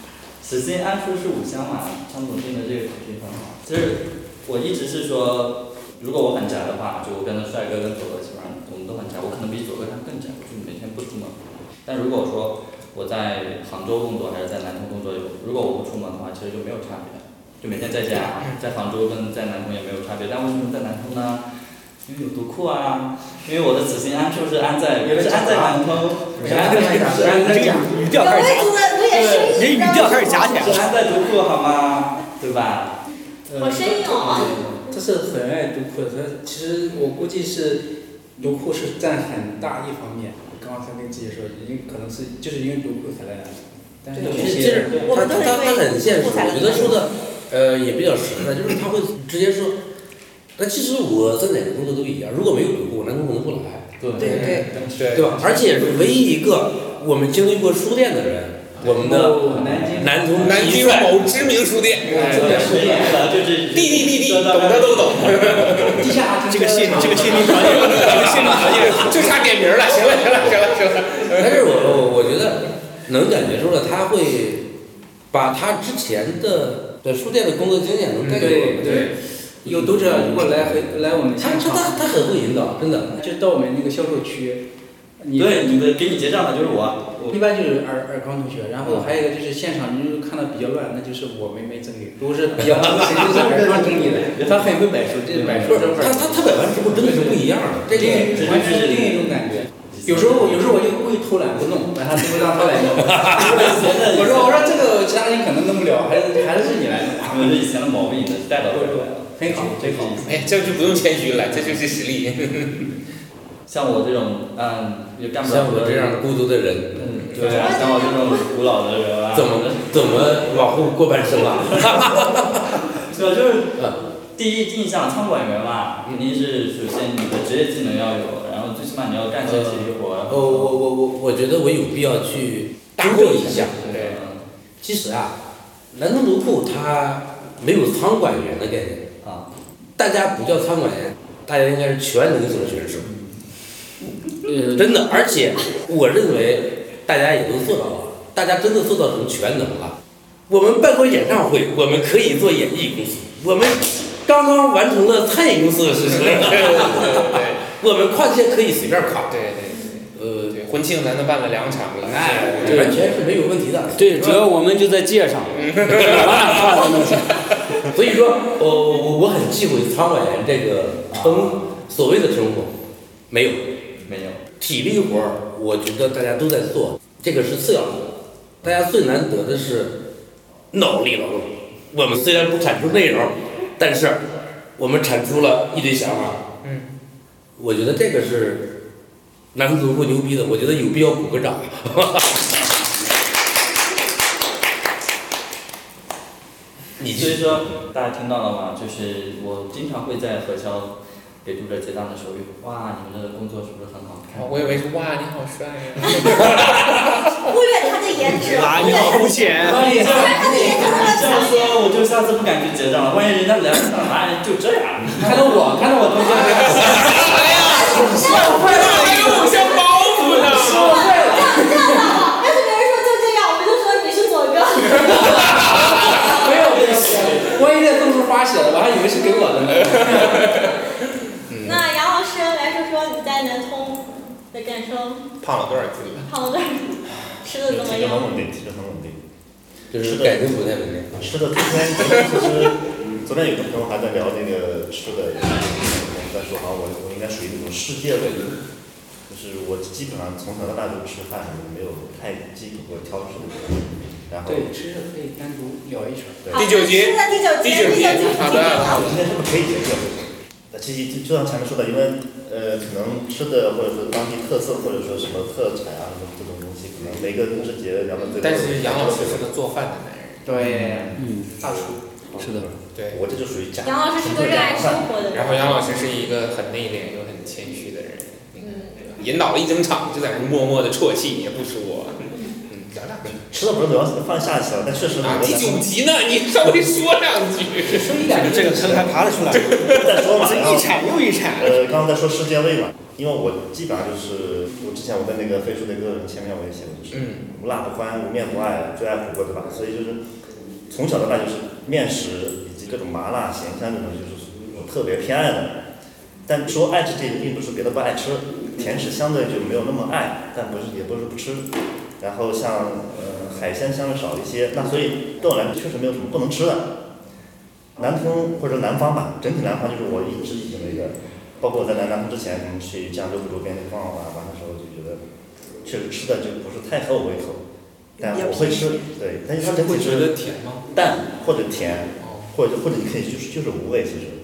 [SPEAKER 11] 始兴安夫是五香嘛，张总定的这个主题很好。其实我一直是说，如果我很宅的话，就我跟帅哥跟左哥基本上我们都很宅，我可能比左哥他更宅，我就每天不出门。但如果说我在杭州工作还是在南通工作，如果我不出门的话，其实就没有差别，就每天在家，在杭州跟在南通也没有差别。但为什么在南通呢？因为有读库啊，因为我的子心安处是安在，
[SPEAKER 13] 有点
[SPEAKER 11] 是安在
[SPEAKER 13] 假啊
[SPEAKER 11] 南通，
[SPEAKER 13] 有
[SPEAKER 11] 是
[SPEAKER 13] 点
[SPEAKER 11] 安在南通，是安在
[SPEAKER 13] 这个语调开始假有维族的维也声音你
[SPEAKER 11] 对
[SPEAKER 13] 这语调开始假起来了
[SPEAKER 11] 是安在读库好吗？对吧？呃
[SPEAKER 2] 好生硬哦
[SPEAKER 10] 这是很爱读库的，他其实我估计是读库是占很大一方面。刚刚才跟自己说，因为可能是就是因为读库才来的，但是有
[SPEAKER 3] 其
[SPEAKER 10] 些
[SPEAKER 3] 实他他他他很现实，我觉得说的呃也比较实在，就是他会直接说。那其实我在哪个工作都一样，如果没有读库，南工可能不来。对
[SPEAKER 11] 对对
[SPEAKER 3] 对，吧？而且是唯一一个我们经历过书店的人，我们的南通
[SPEAKER 5] 南京某知名书店，
[SPEAKER 3] 真的是
[SPEAKER 5] 地地地地，懂的都懂。
[SPEAKER 10] 地下
[SPEAKER 5] 这个限这个限定条件，这个限定条件 [LAUGHS] 就差点名了，行了行了行了行了。
[SPEAKER 3] 但是我我我觉得能感觉出来，他会把他之前的的书店的工作经验都带给我们。
[SPEAKER 10] 对对，有读者如果来回来我们
[SPEAKER 3] 他他他他很会引导，真的。
[SPEAKER 10] 就到我们那个销售区，你
[SPEAKER 11] 对你的给你结账的就是我
[SPEAKER 10] 一般就是尔尔康同学，然后还有一个就是现场，你如果看到比较乱，那就是我每每整理，如果是比较乱，就是尔康整理的，他很会摆书，这摆书这块
[SPEAKER 3] 他他他摆完之后真的是不一样的，
[SPEAKER 10] 这另完全是另一种感觉。有时候我有时候我就故意偷懒不弄，把他最后让他来弄。我说我说这个其他人可能弄不了，还是还是你来弄。
[SPEAKER 11] 我们是以前的毛病，你带到回来了。
[SPEAKER 10] 很好，
[SPEAKER 11] 这个意思。
[SPEAKER 5] 哎，这就不用谦虚了，这就是实力。
[SPEAKER 11] 像我这种，嗯，也干不了。
[SPEAKER 3] 像我这样孤独的人，
[SPEAKER 11] 嗯，对啊，像我这种古老的人啊，
[SPEAKER 3] 怎么怎么往后过半生啊？
[SPEAKER 11] [LAUGHS]
[SPEAKER 3] 嗯
[SPEAKER 11] 对啊，就是第一印象，仓管员嘛，肯定是首先你的职业技能要有，然后最起码你要干些体力活。然
[SPEAKER 3] 呃，我
[SPEAKER 11] 后
[SPEAKER 3] 我我我觉得我有必要去纠正一下。对，其实啊，南通读库它没有仓管员的概念
[SPEAKER 11] 啊，
[SPEAKER 3] 大家不叫仓管员，大家应该是全能型选手。真的，而且我认为大家也都做到了，大家真的做到什么全能了。我们办过演唱会，我们可以做演艺公司，我们刚刚完成了餐饮 [LAUGHS] 公司的事情，我们跨界可以随便跨，
[SPEAKER 5] 对
[SPEAKER 3] 对
[SPEAKER 5] 对，呃，婚庆咱都办了两场了，哎
[SPEAKER 3] 完全是没有问题的。
[SPEAKER 6] 对，主要我们就在界上，
[SPEAKER 5] 嗯
[SPEAKER 3] [LAUGHS] 所以说，我我我很忌讳仓管员这个称所谓的称呼，没有，
[SPEAKER 11] 没有。
[SPEAKER 3] 体力活儿，我觉得大家都在做，这个是次要的。大家最难得的是脑力劳动。我们虽然不产出内容，但是我们产出了一堆想法。
[SPEAKER 5] 嗯，
[SPEAKER 3] 我觉得这个是南足够牛逼的，我觉得有必要鼓个掌。 [LAUGHS] 你
[SPEAKER 11] 所以说，大家听到了吗？就是我经常会在核销给读者结账的时候，哇，你们的工作是不是很
[SPEAKER 3] 哦
[SPEAKER 11] 好看？
[SPEAKER 5] [LAUGHS] 我以为是
[SPEAKER 11] [LAUGHS]
[SPEAKER 5] 哇，你好帅啊呀、
[SPEAKER 2] [LAUGHS] 忽略他的颜值，
[SPEAKER 11] 哇
[SPEAKER 2] 忽略他的
[SPEAKER 11] 肤浅
[SPEAKER 2] 忽略他的颜值和
[SPEAKER 11] 这样说，我就下次不敢去结账了。万一人家来了，哎，就这样。
[SPEAKER 10] 看到我，看到我都这样。
[SPEAKER 5] 有像包袱呢。
[SPEAKER 2] 要是别人说就这样，我们就说你是左哥。
[SPEAKER 5] [LAUGHS]
[SPEAKER 10] 没有没有，万一那都是花写的，我还以为是给我的呢。
[SPEAKER 5] [LAUGHS]
[SPEAKER 2] 那杨老师来说说你在南通的感受，
[SPEAKER 5] 胖了多少斤了？
[SPEAKER 2] 胖了多少？吃的怎么
[SPEAKER 12] 体质
[SPEAKER 2] 样？
[SPEAKER 12] 很稳定，体质很稳定。
[SPEAKER 3] 就是
[SPEAKER 12] 吃的
[SPEAKER 3] 感情不太稳定。
[SPEAKER 12] 吃的，昨天昨天其实，昨天有个朋友还在聊那个吃的，我在说好像我我应该属于那种世界胃，就是我基本上从小到大就吃饭，没有太忌口和挑食的人。然后
[SPEAKER 10] 对，吃的可以单独聊一圈。
[SPEAKER 12] 对
[SPEAKER 5] 第九集，第九集，好的，好
[SPEAKER 12] 我今天是不是可以解决？那其实就就像前面说的，因为呃，可能吃的或者说当地特色或者说什么特产啊什么这种东西，可能每个人之节咱们最后
[SPEAKER 5] 但是杨老师是个做饭的男人，
[SPEAKER 10] 对，
[SPEAKER 6] 嗯，
[SPEAKER 5] 大厨。
[SPEAKER 6] 是的，
[SPEAKER 5] 对，
[SPEAKER 12] 我这就属于假。
[SPEAKER 2] 杨老师是个热爱生活的人。
[SPEAKER 5] 然后杨老师是一个很内敛又很谦虚的人，
[SPEAKER 2] 嗯
[SPEAKER 5] 引导了一整场，就在那默默的啜泣，也不说。嗯，聊两句。
[SPEAKER 12] 吃的不是主要是放下去了，但确实
[SPEAKER 5] 啊，
[SPEAKER 12] 我
[SPEAKER 5] 第九集呢， [LAUGHS] 你稍微说两 [LAUGHS] 句。
[SPEAKER 10] 说一两句
[SPEAKER 7] 这个坑还爬得出来，
[SPEAKER 12] 再说嘛，然后
[SPEAKER 7] 一铲又一铲。
[SPEAKER 12] 呃，刚刚在说世界胃嘛，因为我基本上就是我之前我在那个飞书那个前面我也写过，就是
[SPEAKER 5] 嗯，
[SPEAKER 12] 无辣不欢，无面不爱，最爱火锅对吧？所以就是从小到大就是面食以及各种麻辣咸香这种就是我特别偏爱的。但说爱吃这个，并不是别的不爱吃，甜食相对就没有那么爱，但不是也不是不吃。然后像呃海鲜相对少一些，那所以对我来说确实没有什么不能吃的。南通或者南方吧，整体南方就是我一直以为的，包括我在来南通之前，我们去江浙沪周边逛啊玩的时候，就觉得确实吃的就不是太合我胃口，但我会吃，对，但是它整体
[SPEAKER 5] 会觉
[SPEAKER 12] 是
[SPEAKER 5] 得甜吗？
[SPEAKER 12] 淡或者甜，或者或者你可以就是就是无味，其实。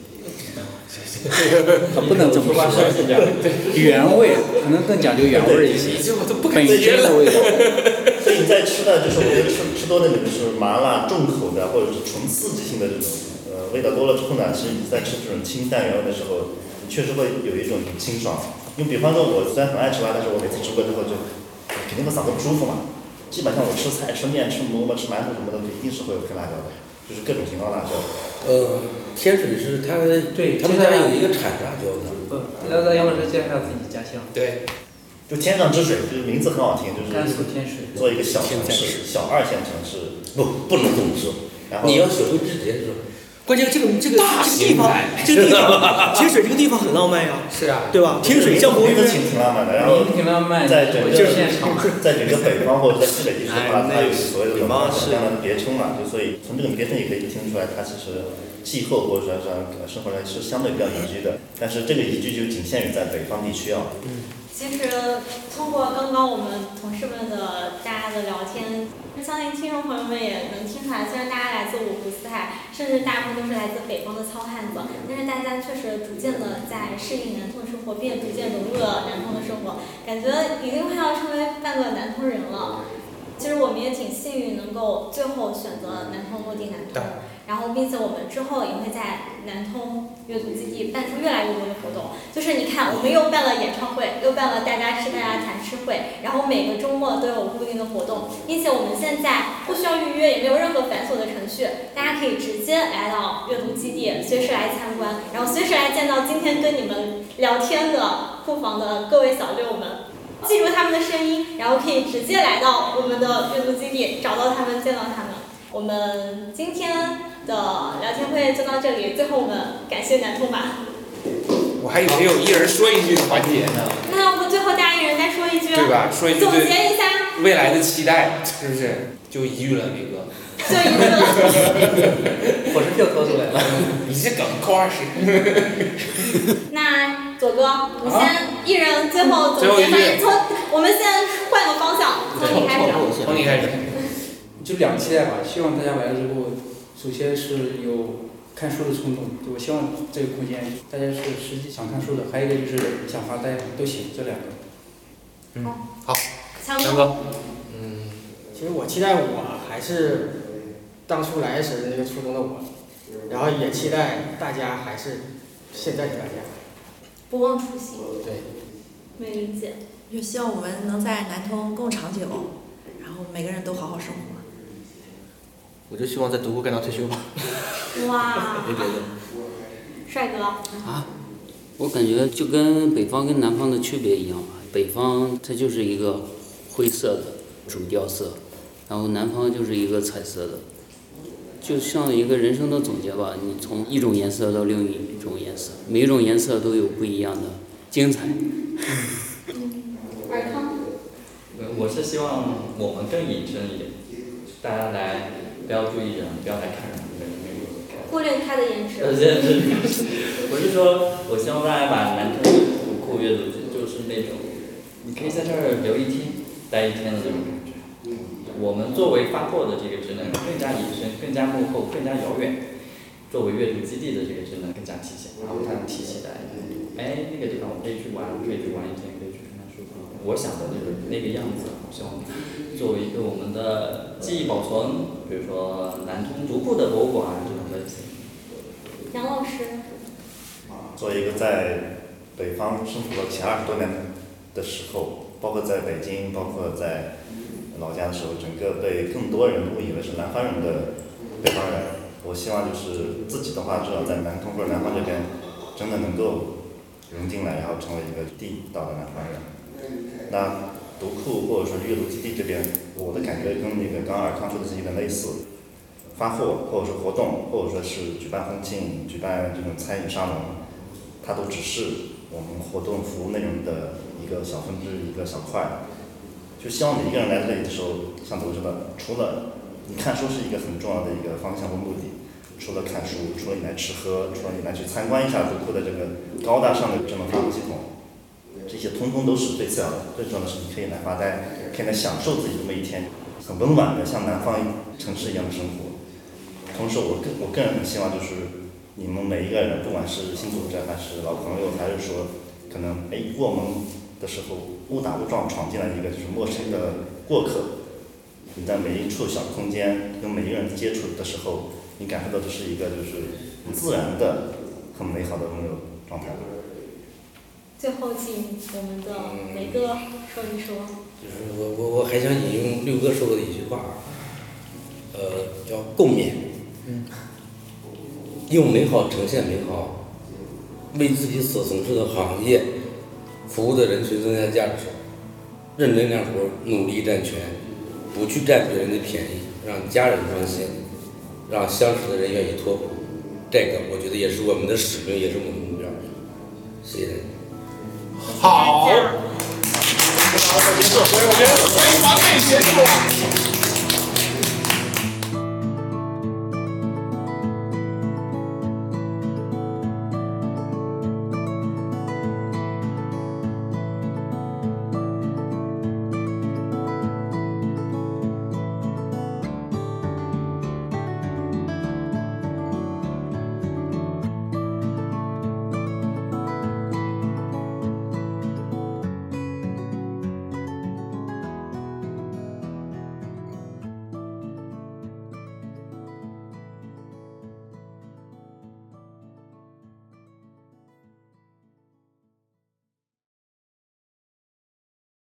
[SPEAKER 10] 不能这么说，原味可能更讲究原味一些，本身的味道。
[SPEAKER 12] [LAUGHS] 所以你在吃的就是我觉得吃吃多了，你就是麻辣重口的，或者是纯刺激性的这种，呃，味道多了之后呢，其实你在吃这种清淡原味的时候，你确实会有一种清爽。因为比方说，我虽然很爱吃辣，但是我每次吃过之后就肯定会嗓子不舒服嘛。基本上我吃菜、吃面、吃馍馍、吃馒头什么的，一定是会有配辣椒的，就是各种型号辣椒。
[SPEAKER 3] 呃，天水是他
[SPEAKER 12] 对
[SPEAKER 3] 他们家有一个产辣椒的。
[SPEAKER 13] 那那杨老师介绍自己家乡。
[SPEAKER 5] 对，
[SPEAKER 12] 就天上之水，就是名字很好听，就是
[SPEAKER 13] 甘肃天水
[SPEAKER 12] 做一个小城市，小二线城市，不不能这么说。然后
[SPEAKER 3] 你要学会直接说。
[SPEAKER 13] 关键这个这个这
[SPEAKER 12] 大
[SPEAKER 13] 个地方
[SPEAKER 12] 型，
[SPEAKER 13] 这个地方，天水这个地方很浪漫呀，
[SPEAKER 5] 是啊，
[SPEAKER 13] 对吧？天水江湖
[SPEAKER 12] 名字挺挺浪漫的，然后
[SPEAKER 10] 挺浪漫
[SPEAKER 12] 在整个
[SPEAKER 10] 就是现场
[SPEAKER 12] [LAUGHS] 在整个北方或者在西北地区的
[SPEAKER 13] 哎
[SPEAKER 12] 话，它
[SPEAKER 13] 那
[SPEAKER 12] 有所谓的
[SPEAKER 13] 北
[SPEAKER 12] 文化
[SPEAKER 13] 方
[SPEAKER 12] 上
[SPEAKER 13] 是
[SPEAKER 12] 的别称嘛，就所以从这种别称也可以听出来，它其实气候或者说是生活上是相对比较宜居的，但是这个宜居就仅限于在北方地区啊。
[SPEAKER 2] 其实通过刚刚我们同事们的大家的聊天，相信听众朋友们也能听出来，虽然大家来自五湖四海，甚至大部分都是来自北方的糙汉子，但是大家确实逐渐的在适应南通的生活，并逐渐融入了南通的生活，感觉已经快要成为半个南通人了。其实我们也挺幸运，能够最后选择南通落地南通，然后并且我们之后也会在南通阅读基地办出越来越多的活动。就是你看，我们又办了演唱会，又办了大家吃大家谈吃会，然后每个周末都有固定的活动，并且我们现在不需要预约，也没有任何繁琐的程序，大家可以直接来到阅读基地，随时来参观，然后随时来见到今天跟你们聊天的库房的各位小六们。记住他们的声音，然后可以直接来到我们的阅读基地，找到他们，见到他们。我们今天的聊天会就到这里，最后我们感谢南通吧。
[SPEAKER 5] 我还以为有一人说一句的环节呢，
[SPEAKER 2] 那我们最后大家一人再说一句，
[SPEAKER 5] [LAUGHS] 对吧？说一句
[SPEAKER 2] 总结
[SPEAKER 5] 对
[SPEAKER 2] 一下，
[SPEAKER 5] 未来的期待，是不是？就一句了，李哥，
[SPEAKER 2] 就一
[SPEAKER 5] [LAUGHS]
[SPEAKER 2] 个。
[SPEAKER 13] 火车票掏出来了。
[SPEAKER 5] 你这梗扣二十。
[SPEAKER 2] 那左哥，我们先一人最后总
[SPEAKER 5] 最后
[SPEAKER 2] 结
[SPEAKER 5] 一
[SPEAKER 2] 吧
[SPEAKER 5] 句。
[SPEAKER 2] 从我们现在换个方向，从你开始。
[SPEAKER 5] 从
[SPEAKER 10] [LAUGHS]
[SPEAKER 5] 你开始，
[SPEAKER 10] 就两期待吧，希望大家来了之后，首先是有看书的冲动，就我希望这个空间大家是实际想看书的，还有一个就是想发呆都行，这两个。
[SPEAKER 2] 强
[SPEAKER 5] 强
[SPEAKER 2] 哥，
[SPEAKER 5] 哥，
[SPEAKER 9] 嗯，其实我期待我还是当初来时那个初中的我，然后也期待大家还是现在的大家。
[SPEAKER 2] 不忘初心，
[SPEAKER 9] 对，
[SPEAKER 2] 没理解。
[SPEAKER 8] 就希望我们能在南通更长久，然后每个人都好好生活。
[SPEAKER 13] 我就希望在独库干到退休吧。
[SPEAKER 2] 哇，
[SPEAKER 13] 别别的，
[SPEAKER 2] 帅哥，
[SPEAKER 6] 我感觉就跟北方跟南方的区别一样吧，北方它就是一个灰色的主调色，然后南方就是一个彩色的，就像一个人生的总结吧。你从一种颜色到另一种颜色，每一种颜色都有不一样的精彩。
[SPEAKER 2] 尔康，
[SPEAKER 11] 呃我是希望我们更谨慎一点，大家来不要注意人，不要来看人，没没有看。
[SPEAKER 2] 忽略他的颜值。
[SPEAKER 11] 呃，这这，我是说，我希望大家把南通古库阅读就是那种，你可以在这儿留一天、待一天的这种感觉。我们作为发货的这个职能更加隐身、更加幕后、更加遥远，作为阅读基地的这个职能更加体现，然后它提起来，哎，那个地方我可以去玩，可以去玩一天，可以去看看书，我想的那个那个样子，我希望作为一个我们的记忆保存，比如说南通独库的博物馆啊这种类型。
[SPEAKER 2] 杨老师，
[SPEAKER 12] 作为一个在北方生活了前二十多年的时候，包括在北京，包括在老家的时候，整个被更多人误以为是南方人的北方人，我希望就是自己的话，至少在南通或者南方这边，真的能够融进来，然后成为一个地道的南方人。那读库或者说阅读基地这边，我的感觉跟那个刚刚尔康说的是有点类似，发货或者说活动，或者说是举办婚庆、举办这种餐饮沙龙，它都只是我们活动服务内容的一个小分支、一个小块。就希望你一个人来这里的时候，像我说的，除了你看书是一个很重要的一个方向和目的，除了看书，除了你来吃喝，除了你来去参观一下独库的这个高大上的智能发布系统，这些通通都是最次要的。最重要的是你可以来发呆，可以来享受自己这么一天很温婉的像南方城市一样的生活。同时我，个我个人很希望就是你们每一个人，不管是新组织还是老朋友，还是说可能哎过门的时候误打误撞闯进来一个就是陌生的过客，你在每一处小空间跟每一个人接触的时候，你感受到的是一个就是很自然的、很美好的温柔状态。
[SPEAKER 2] 最后，请我们的雷哥说一说。
[SPEAKER 3] 就是我我我还想引用六哥说过的一句话啊，呃，叫共勉，
[SPEAKER 10] 嗯，
[SPEAKER 3] 用美好呈现美好，为自己所从事的行业服务的人群增加价值，认真干活，努力占全，不去占别人的便宜，让家人放心，让相识的人愿意托付，这个我觉得也是我们的使命，也是我们的目标。谢谢大家。
[SPEAKER 2] [LAUGHS]
[SPEAKER 5] 好，我觉得我觉得我觉得完美结束了。